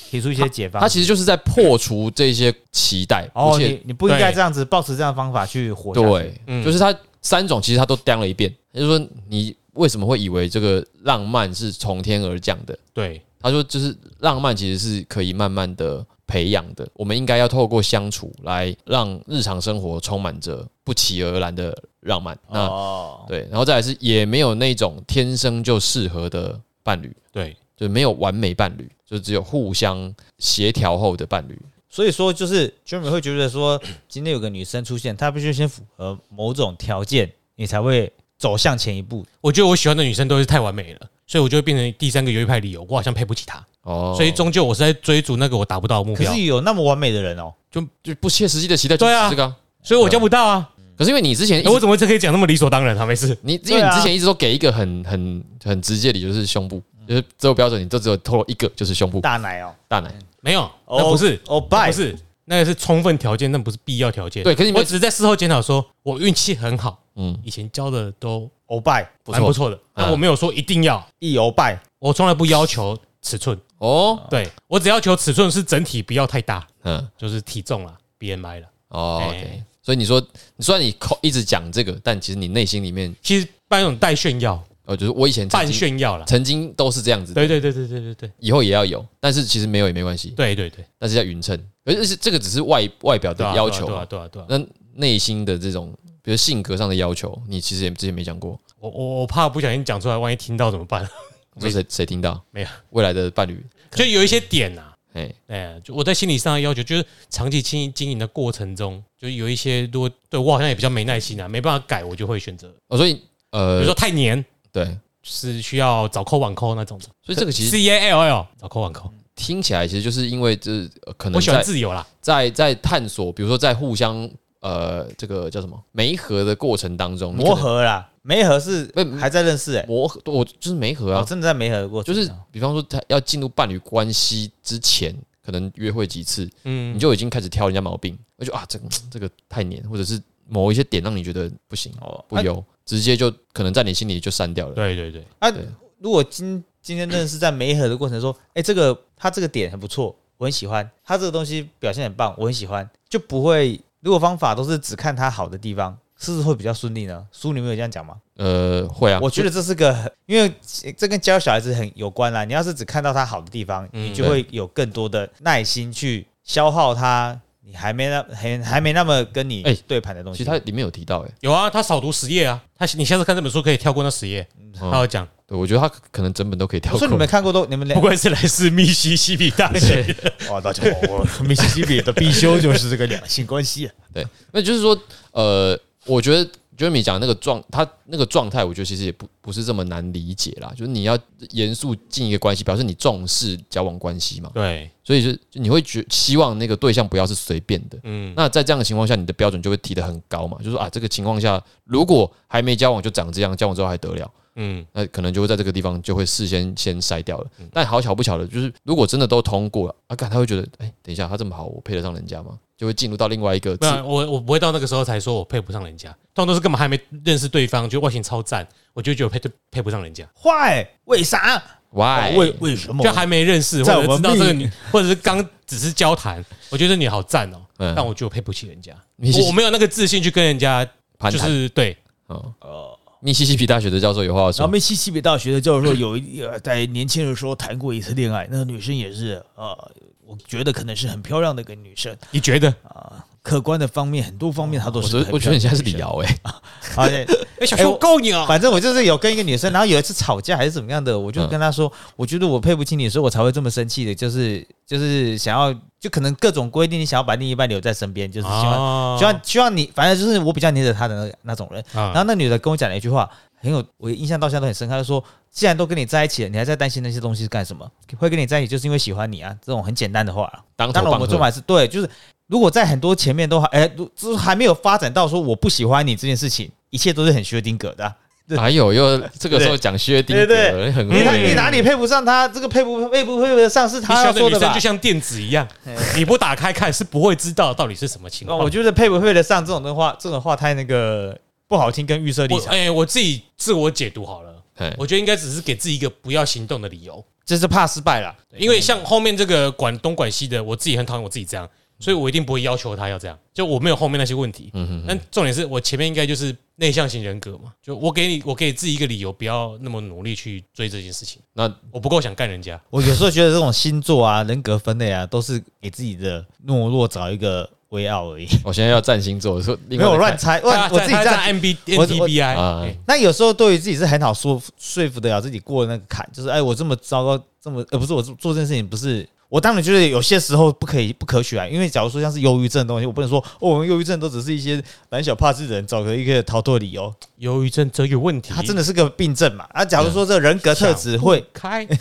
[SPEAKER 3] 提出一些解方
[SPEAKER 2] 他。其实就是在破除这些期待，
[SPEAKER 3] 哦，
[SPEAKER 2] 而且
[SPEAKER 3] 你你不应该
[SPEAKER 1] 对
[SPEAKER 3] 这样子，抱持这样的方法去活下去。
[SPEAKER 2] 对，
[SPEAKER 1] 嗯
[SPEAKER 2] 就是他三种其实他都掂了一遍，他就说你为什么会以为这个浪漫是从天而降的？
[SPEAKER 1] 对，
[SPEAKER 2] 他说就是浪漫其实是可以慢慢的培养的，我们应该要透过相处来让日常生活充满着不期而然的浪漫。那、
[SPEAKER 1] 啊
[SPEAKER 3] 哦，
[SPEAKER 2] 对，然后再来是也没有那种天生就适合的伴侣，
[SPEAKER 1] 对，
[SPEAKER 2] 就是没有完美伴侣，就只有互相协调后的伴侣。
[SPEAKER 3] 所以说就是 Jeremy 会觉得说，今天有个女生出现，她必须先符合某种条件，你才会走向前一步。
[SPEAKER 1] 我觉得我喜欢的女生都是太完美了，所以我就会变成第三个优越派理由，我好像配不起她，
[SPEAKER 2] 哦，
[SPEAKER 1] 所以终究我是在追逐那个我达不到的目
[SPEAKER 3] 可
[SPEAKER 1] 标
[SPEAKER 3] 是，有那么完美的人哦，
[SPEAKER 2] 就就不切实际的期待就是
[SPEAKER 1] 对啊
[SPEAKER 2] 这个啊、
[SPEAKER 1] 所以我交不到啊。
[SPEAKER 2] 可是因为你之前一
[SPEAKER 1] 哎我
[SPEAKER 2] 直
[SPEAKER 1] 怎么这可以讲那么理所当然啊？没事，
[SPEAKER 2] 你因为
[SPEAKER 3] 对
[SPEAKER 2] 你
[SPEAKER 3] 啊
[SPEAKER 2] 之前一直都给一个很很很直接的理由，就是胸部，
[SPEAKER 1] 嗯
[SPEAKER 2] 就是择偶标准，你都只有透露一个，就是胸部
[SPEAKER 3] 大奶哦，
[SPEAKER 2] 大奶。
[SPEAKER 1] 没有，
[SPEAKER 3] 哦
[SPEAKER 1] 那不是，
[SPEAKER 3] 哦，
[SPEAKER 1] 那
[SPEAKER 3] 拜
[SPEAKER 1] 不是，那个是充分条件，那不是必要条件。
[SPEAKER 2] 对，，可是你
[SPEAKER 1] 我
[SPEAKER 2] 们
[SPEAKER 1] 只是在事后检讨，说我运气很好，
[SPEAKER 2] 嗯，
[SPEAKER 1] 以前交的都
[SPEAKER 3] 欧拜
[SPEAKER 2] 不
[SPEAKER 1] 蛮不
[SPEAKER 2] 错
[SPEAKER 1] 错的，但
[SPEAKER 2] 嗯
[SPEAKER 1] 我没有说一定要，
[SPEAKER 3] 一欧拜，
[SPEAKER 1] 我从来不要求尺寸，
[SPEAKER 2] 哦，
[SPEAKER 1] 对我只要求尺寸是整体不要太大，
[SPEAKER 2] 嗯，
[SPEAKER 1] 就是体重啦，BMI 啦。
[SPEAKER 2] 哦
[SPEAKER 1] 哎
[SPEAKER 2] ，OK。所以你说，你虽然你口一直讲这个，但其实你内心里面，
[SPEAKER 1] 其实办那种带炫耀、
[SPEAKER 2] 呃，就是我以前曾
[SPEAKER 1] 半
[SPEAKER 2] 经
[SPEAKER 1] 炫耀啦，
[SPEAKER 2] 曾经都是这样子的，
[SPEAKER 1] 对对对对对对对
[SPEAKER 2] 以后也要有，但是其实没有也没关系，
[SPEAKER 1] 对对对，
[SPEAKER 2] 但是要匀称，而且是这个只是外外表的
[SPEAKER 1] 对啊
[SPEAKER 2] 要求
[SPEAKER 1] 对，啊对啊对啊，对啊
[SPEAKER 2] 那内心的这种，比如性格上的要求，你其实也之前没讲过，
[SPEAKER 1] 我我我怕不小心讲出来，万一听到怎么办？
[SPEAKER 2] 这谁谁听到？
[SPEAKER 1] 没有，
[SPEAKER 2] 未来的伴侣，
[SPEAKER 1] 就有一些点啊，
[SPEAKER 2] 哎，
[SPEAKER 1] 哎，就我在心理上的要求，就是长期经营经营的过程中，就有一些如果对我好像也比较没耐心啊，没办法改，我就会选择，
[SPEAKER 2] 哦，所以
[SPEAKER 1] 比
[SPEAKER 2] 呃
[SPEAKER 1] 如，说太黏，
[SPEAKER 2] 对，
[SPEAKER 1] 是需要早扣晚扣那种的
[SPEAKER 2] 所以这个其实
[SPEAKER 1] ，C A L L 早扣晚扣，
[SPEAKER 2] 听起来其实就是因为这、呃可能
[SPEAKER 1] 我喜欢
[SPEAKER 2] 在
[SPEAKER 1] 自由啦，
[SPEAKER 2] 在在探索，比如说在互相呃这个叫什么媒合的过程当中，你可
[SPEAKER 3] 磨
[SPEAKER 2] 能
[SPEAKER 3] 合啦，没合是
[SPEAKER 2] 不是
[SPEAKER 3] 还在认识哎、
[SPEAKER 2] 磨合，嗯我就是媒合
[SPEAKER 3] 我、
[SPEAKER 2] 啊，
[SPEAKER 3] 真的在没合的过程
[SPEAKER 2] 就
[SPEAKER 3] 啊，
[SPEAKER 2] 是比方说他要进入伴侣关系之前，可能约会几次，
[SPEAKER 1] 嗯
[SPEAKER 2] 你，就已经开始挑人家毛病，我就啊这个这个太黏，或者是某一些点让你觉得不行
[SPEAKER 3] 哦
[SPEAKER 2] 不优，直接就可能在你心里就删掉了。
[SPEAKER 1] 对对对，
[SPEAKER 3] 啊
[SPEAKER 2] 对。
[SPEAKER 3] 如果今今天认识在没合的过程说，哎、这个他这个点很不错，我很喜欢，他这个东西表现很棒，我很喜欢，就不会如果方法都是只看他好的地方，是不是会比较顺利呢？书里面有这样讲吗？
[SPEAKER 2] 呃，会啊，
[SPEAKER 3] 我觉得这是个很，因为这跟教小孩子很有关啦。你要是只看到他好的地方，
[SPEAKER 1] 嗯
[SPEAKER 3] 你就会有更多的耐心去消耗他，你还没那还还没那么跟你
[SPEAKER 2] 哎
[SPEAKER 3] 对盘的东
[SPEAKER 2] 其
[SPEAKER 3] 西。
[SPEAKER 2] 实它里面有提到哎、欸
[SPEAKER 1] 有啊，他扫读十页啊，他你下次看这本书可以跳过那十页，他有讲，
[SPEAKER 2] 对我觉得他可能整本都可以跳
[SPEAKER 3] 我说
[SPEAKER 2] 过。
[SPEAKER 3] 你们看过都，你们
[SPEAKER 1] 不
[SPEAKER 3] 两
[SPEAKER 1] 愧是来自密西西比大学的，
[SPEAKER 3] 哇，大家好，我密西西比的必修就是这个两性关系。
[SPEAKER 2] 对，那就是说，呃，我觉得 Jeremy 讲那个状，他那个状态，我觉得其实也不不是这么难理解啦。就是你要严肃进一个关系，表示你重视交往关系嘛，
[SPEAKER 1] 对，
[SPEAKER 2] 所以就就你会觉希望那个对象不要是随便的。
[SPEAKER 1] 嗯，
[SPEAKER 2] 那在这样的情况下，你的标准就会提得很高嘛，就是说啊，这个情况下如果还没交往就长这样，交往之后还得了？
[SPEAKER 1] 嗯，
[SPEAKER 2] 那可能就会在这个地方就会事先先筛掉了。但好巧不巧的，就是如果真的都通过了，啊，看他会觉得，哎、等一下他这么好，我配得上人家吗？就会进入到另外一个
[SPEAKER 1] 不
[SPEAKER 2] 自
[SPEAKER 1] 然我我不会到那个时候才说我配不上人家，通常都是根本还没认识对方，就外形超赞，我就觉得我配对配不上人家，
[SPEAKER 3] 坏，为啥？
[SPEAKER 2] why
[SPEAKER 3] 为为什么
[SPEAKER 1] 就？还没认识
[SPEAKER 3] 在
[SPEAKER 1] 或者
[SPEAKER 3] 我
[SPEAKER 1] 知
[SPEAKER 3] 们
[SPEAKER 1] 道这个
[SPEAKER 3] 密
[SPEAKER 1] 女，或者是刚只是交谈，我觉得你好赞哦，
[SPEAKER 2] 嗯
[SPEAKER 1] 但我觉得我配不起人家，
[SPEAKER 2] 密西
[SPEAKER 1] 我没有那个自信去跟人家
[SPEAKER 2] 攀
[SPEAKER 1] 就
[SPEAKER 2] 谈
[SPEAKER 1] 是对，
[SPEAKER 2] 啊，密西西比大学的教授有话要
[SPEAKER 4] 然后
[SPEAKER 2] 说，
[SPEAKER 4] 密西西比大学的教授有一呃在年轻的时候谈过一次恋爱，那个女生也是呃，我觉得可能是很漂亮的一个女生
[SPEAKER 1] 你觉得
[SPEAKER 4] 啊、客观的方面，很多方面他都
[SPEAKER 2] 我
[SPEAKER 4] 是
[SPEAKER 2] 觉
[SPEAKER 4] 很漂亮的女生。
[SPEAKER 2] 得我觉得你现在是李瑶哎，
[SPEAKER 3] 而且
[SPEAKER 1] 哎，小熊够你啊！
[SPEAKER 3] 啊反正我就是有跟一个女生，然后有一次吵架还是怎么样的，我就跟她说，我觉得我配不起你，所以我才会这么生气的，就是就是想要，就可能各种规定，你想要把另一半留在身边，就是希望、
[SPEAKER 1] 啊
[SPEAKER 3] 希望希望你，反正就是我比较黏着她的那个那种人。然后那女的跟我讲了一句话，很有我印象到现在都很深刻，她就说，既然都跟你在一起了，你还在担心那些东西干什么？会跟你在一起就是因为喜欢你啊，这种很简单的话啊、
[SPEAKER 2] 当头
[SPEAKER 3] 当然，我
[SPEAKER 2] 棒
[SPEAKER 3] 们做
[SPEAKER 2] 喝。
[SPEAKER 3] 法是对，就是如果在很多前面都还，哎、就是还没有发展到说我不喜欢你这件事情，一切都是很薛定谔的啊、
[SPEAKER 2] 哎呦，又这个时候讲薛定
[SPEAKER 3] 对对
[SPEAKER 2] 谔，很
[SPEAKER 3] 你哪
[SPEAKER 2] 会
[SPEAKER 3] 你哪里配不上他？这个配不配不配得上是
[SPEAKER 1] 你
[SPEAKER 3] 他
[SPEAKER 1] 喜欢
[SPEAKER 3] 要
[SPEAKER 1] 的
[SPEAKER 3] 说
[SPEAKER 1] 女
[SPEAKER 3] 的
[SPEAKER 1] 生
[SPEAKER 3] 吧
[SPEAKER 1] 就？像电子一样，你不打开看是不会知道到底是什么情
[SPEAKER 3] 哦
[SPEAKER 1] 况。
[SPEAKER 3] 我觉得配不配得上这种的话，这种话太那个不好听，跟预设立
[SPEAKER 1] 我
[SPEAKER 3] 场，
[SPEAKER 1] 哎、我自己自我解读好了，
[SPEAKER 2] 哎
[SPEAKER 1] 我觉得应该只是给自己一个不要行动的理由，
[SPEAKER 3] 这是怕失败了。
[SPEAKER 1] 因为像后面这个管东管西的，我自己很讨厌我自己这样，所以我一定不会要求他要这样，就我没有后面那些问题。
[SPEAKER 2] 嗯哼
[SPEAKER 1] 但重点是我前面应该就是内向型人格嘛，就我给你，我给自己一个理由，不要那么努力去追这件事情。
[SPEAKER 2] 那
[SPEAKER 1] 我不够想干人家，
[SPEAKER 3] 我有时候觉得这种星座啊、人格分类啊，都是给自己的懦弱找一个微傲而已。
[SPEAKER 2] 我现在要占星座，说另
[SPEAKER 3] 没
[SPEAKER 2] 外
[SPEAKER 3] 有我
[SPEAKER 2] 再
[SPEAKER 3] 乱
[SPEAKER 2] 看
[SPEAKER 3] 猜，
[SPEAKER 1] 他
[SPEAKER 3] 乱我自己这
[SPEAKER 1] 他
[SPEAKER 3] 样
[SPEAKER 1] 在 M B
[SPEAKER 3] 我
[SPEAKER 1] N T B I，
[SPEAKER 2] 啊
[SPEAKER 1] 哎
[SPEAKER 3] 那有时候对于自己是很好说服说服得了自己过那个坎，就是哎，我这么糟糕，这么呃，不是我做做这件事情不是。我当然觉得有些时候不可以不可取啊，因为假如说像是忧郁症的东西，我不能说哦，我们忧郁症都只是一些胆小怕事的人找个一个逃脱理由，
[SPEAKER 2] 嗯
[SPEAKER 1] 忧郁症这有问题，
[SPEAKER 3] 它真的是个病症嘛。啊，假如说这人格特质会、
[SPEAKER 2] 嗯
[SPEAKER 1] 开，人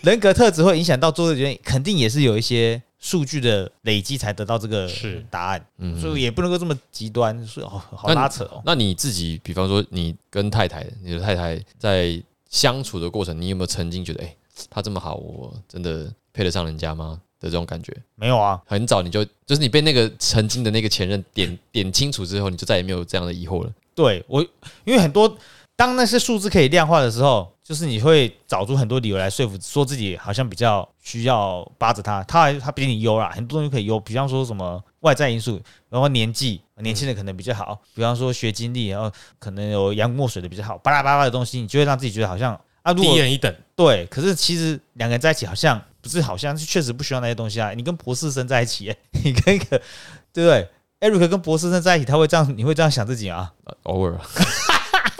[SPEAKER 3] 人格特质会影响到做的决定，肯定也是有一些数据的累积才得到这个
[SPEAKER 1] 是
[SPEAKER 3] 答案，
[SPEAKER 2] 嗯
[SPEAKER 3] 所以也不能够这么极端，所以哦，好
[SPEAKER 2] 那你
[SPEAKER 3] 拉扯哦。
[SPEAKER 2] 那你自己，比方说你跟太太，你的太太在相处的过程，你有没有曾经觉得，哎、她这么好，我真的配得上人家吗？的这种感觉，
[SPEAKER 3] 没有啊，
[SPEAKER 2] 很早你就就是你被那个曾经的那个前任点点清楚之后，你就再也没有这样的疑惑了。
[SPEAKER 3] 对我，因为很多当那些数字可以量化的时候，就是你会找出很多理由来说服，说自己好像比较需要扒着他，他还他比你优啦，很多东西可以优，比方说什么外在因素，然后年纪，年轻人可能比较好，比方说学经历，然后可能有洋墨水的比较好，巴拉巴拉的东西，你就会让自己觉得好像啊，如果
[SPEAKER 1] 低人一等。
[SPEAKER 3] 对，可是其实两个人在一起好像不是，好像是确实不需要那些东西啊。你跟博士生在一起耶，哎你跟一个对不对？Eric 跟博士生在一起，他会这样，你会这样想自己啊？
[SPEAKER 2] 呃偶尔，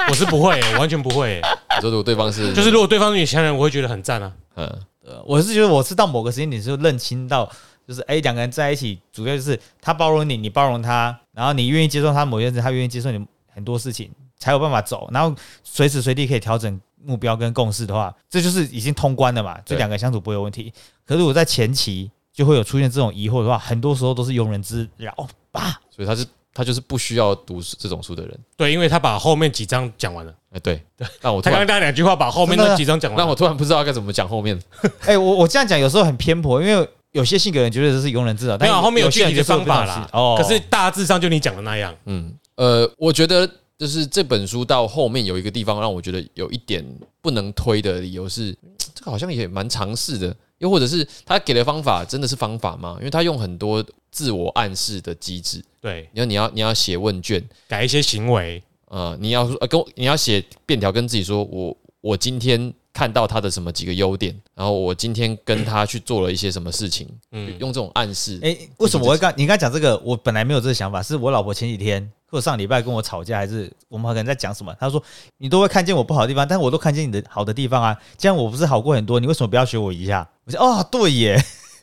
[SPEAKER 1] 我是不会、我完全不 会、
[SPEAKER 2] 你说如果对方是
[SPEAKER 1] 就是如果对方是女强人，我会觉得很赞啊。
[SPEAKER 2] 嗯，
[SPEAKER 3] 呃，我是觉得我是到某个时间点就认清到，就是哎，两个人在一起，主要就是他包容你，你包容他，然后你愿意接受他某些事，他愿意接受你很多事情，才有办法走。然后随时随地可以调整目标跟共识的话，这就是已经通关了嘛，就
[SPEAKER 2] 对
[SPEAKER 3] 两个人相处不会有问题。可是我在前期就会有出现这种疑惑的话，很多时候都是庸人自扰吧。
[SPEAKER 2] 所以他是他就是不需要读书这种书的人。
[SPEAKER 1] 对，因为他把后面几章讲完了，
[SPEAKER 2] 哎、对，让我突
[SPEAKER 1] 他刚刚
[SPEAKER 2] 然啊
[SPEAKER 1] 那两句话把后面那几章讲完
[SPEAKER 2] 让
[SPEAKER 1] 了。
[SPEAKER 2] 我突然不知道该怎么讲后面。
[SPEAKER 3] 哎、我我这样讲有时候很偏颇，因为有些性格人觉得这是庸人自扰，
[SPEAKER 1] 没
[SPEAKER 3] 但
[SPEAKER 1] 有，啊后面有
[SPEAKER 3] 有些
[SPEAKER 1] 具
[SPEAKER 3] 人
[SPEAKER 1] 体的
[SPEAKER 3] 就是会
[SPEAKER 1] 方
[SPEAKER 3] 不小
[SPEAKER 1] 法
[SPEAKER 3] 心
[SPEAKER 1] 啦。
[SPEAKER 3] 哦，
[SPEAKER 1] 可是大致上就你讲的那样，
[SPEAKER 2] 嗯，呃，我觉得就是这本书到后面有一个地方让我觉得有一点不能推的理由是，嗯这个好像也蛮尝试的，又或者是他给的方法真的是方法吗？因为他用很多自我暗示的机制，
[SPEAKER 1] 对，
[SPEAKER 2] 你要你要你要写问卷，
[SPEAKER 1] 改一些行为，
[SPEAKER 2] 呃，你要呃跟我你要写便条跟自己说，我我今天看到他的什么几个优点，然后我今天跟他去做了一些什么事情，
[SPEAKER 1] 嗯，
[SPEAKER 2] 用这种暗示，
[SPEAKER 3] 哎、为什么我会刚你刚才讲这个？我本来没有这个想法，是我老婆前几天或者上礼拜跟我吵架，还是我们可能在讲什么？她说你都会看见我不好的地方，但我都看见你的好的地方啊。这样我不是好过很多？你为什么不要学我一下？我说哦，对耶，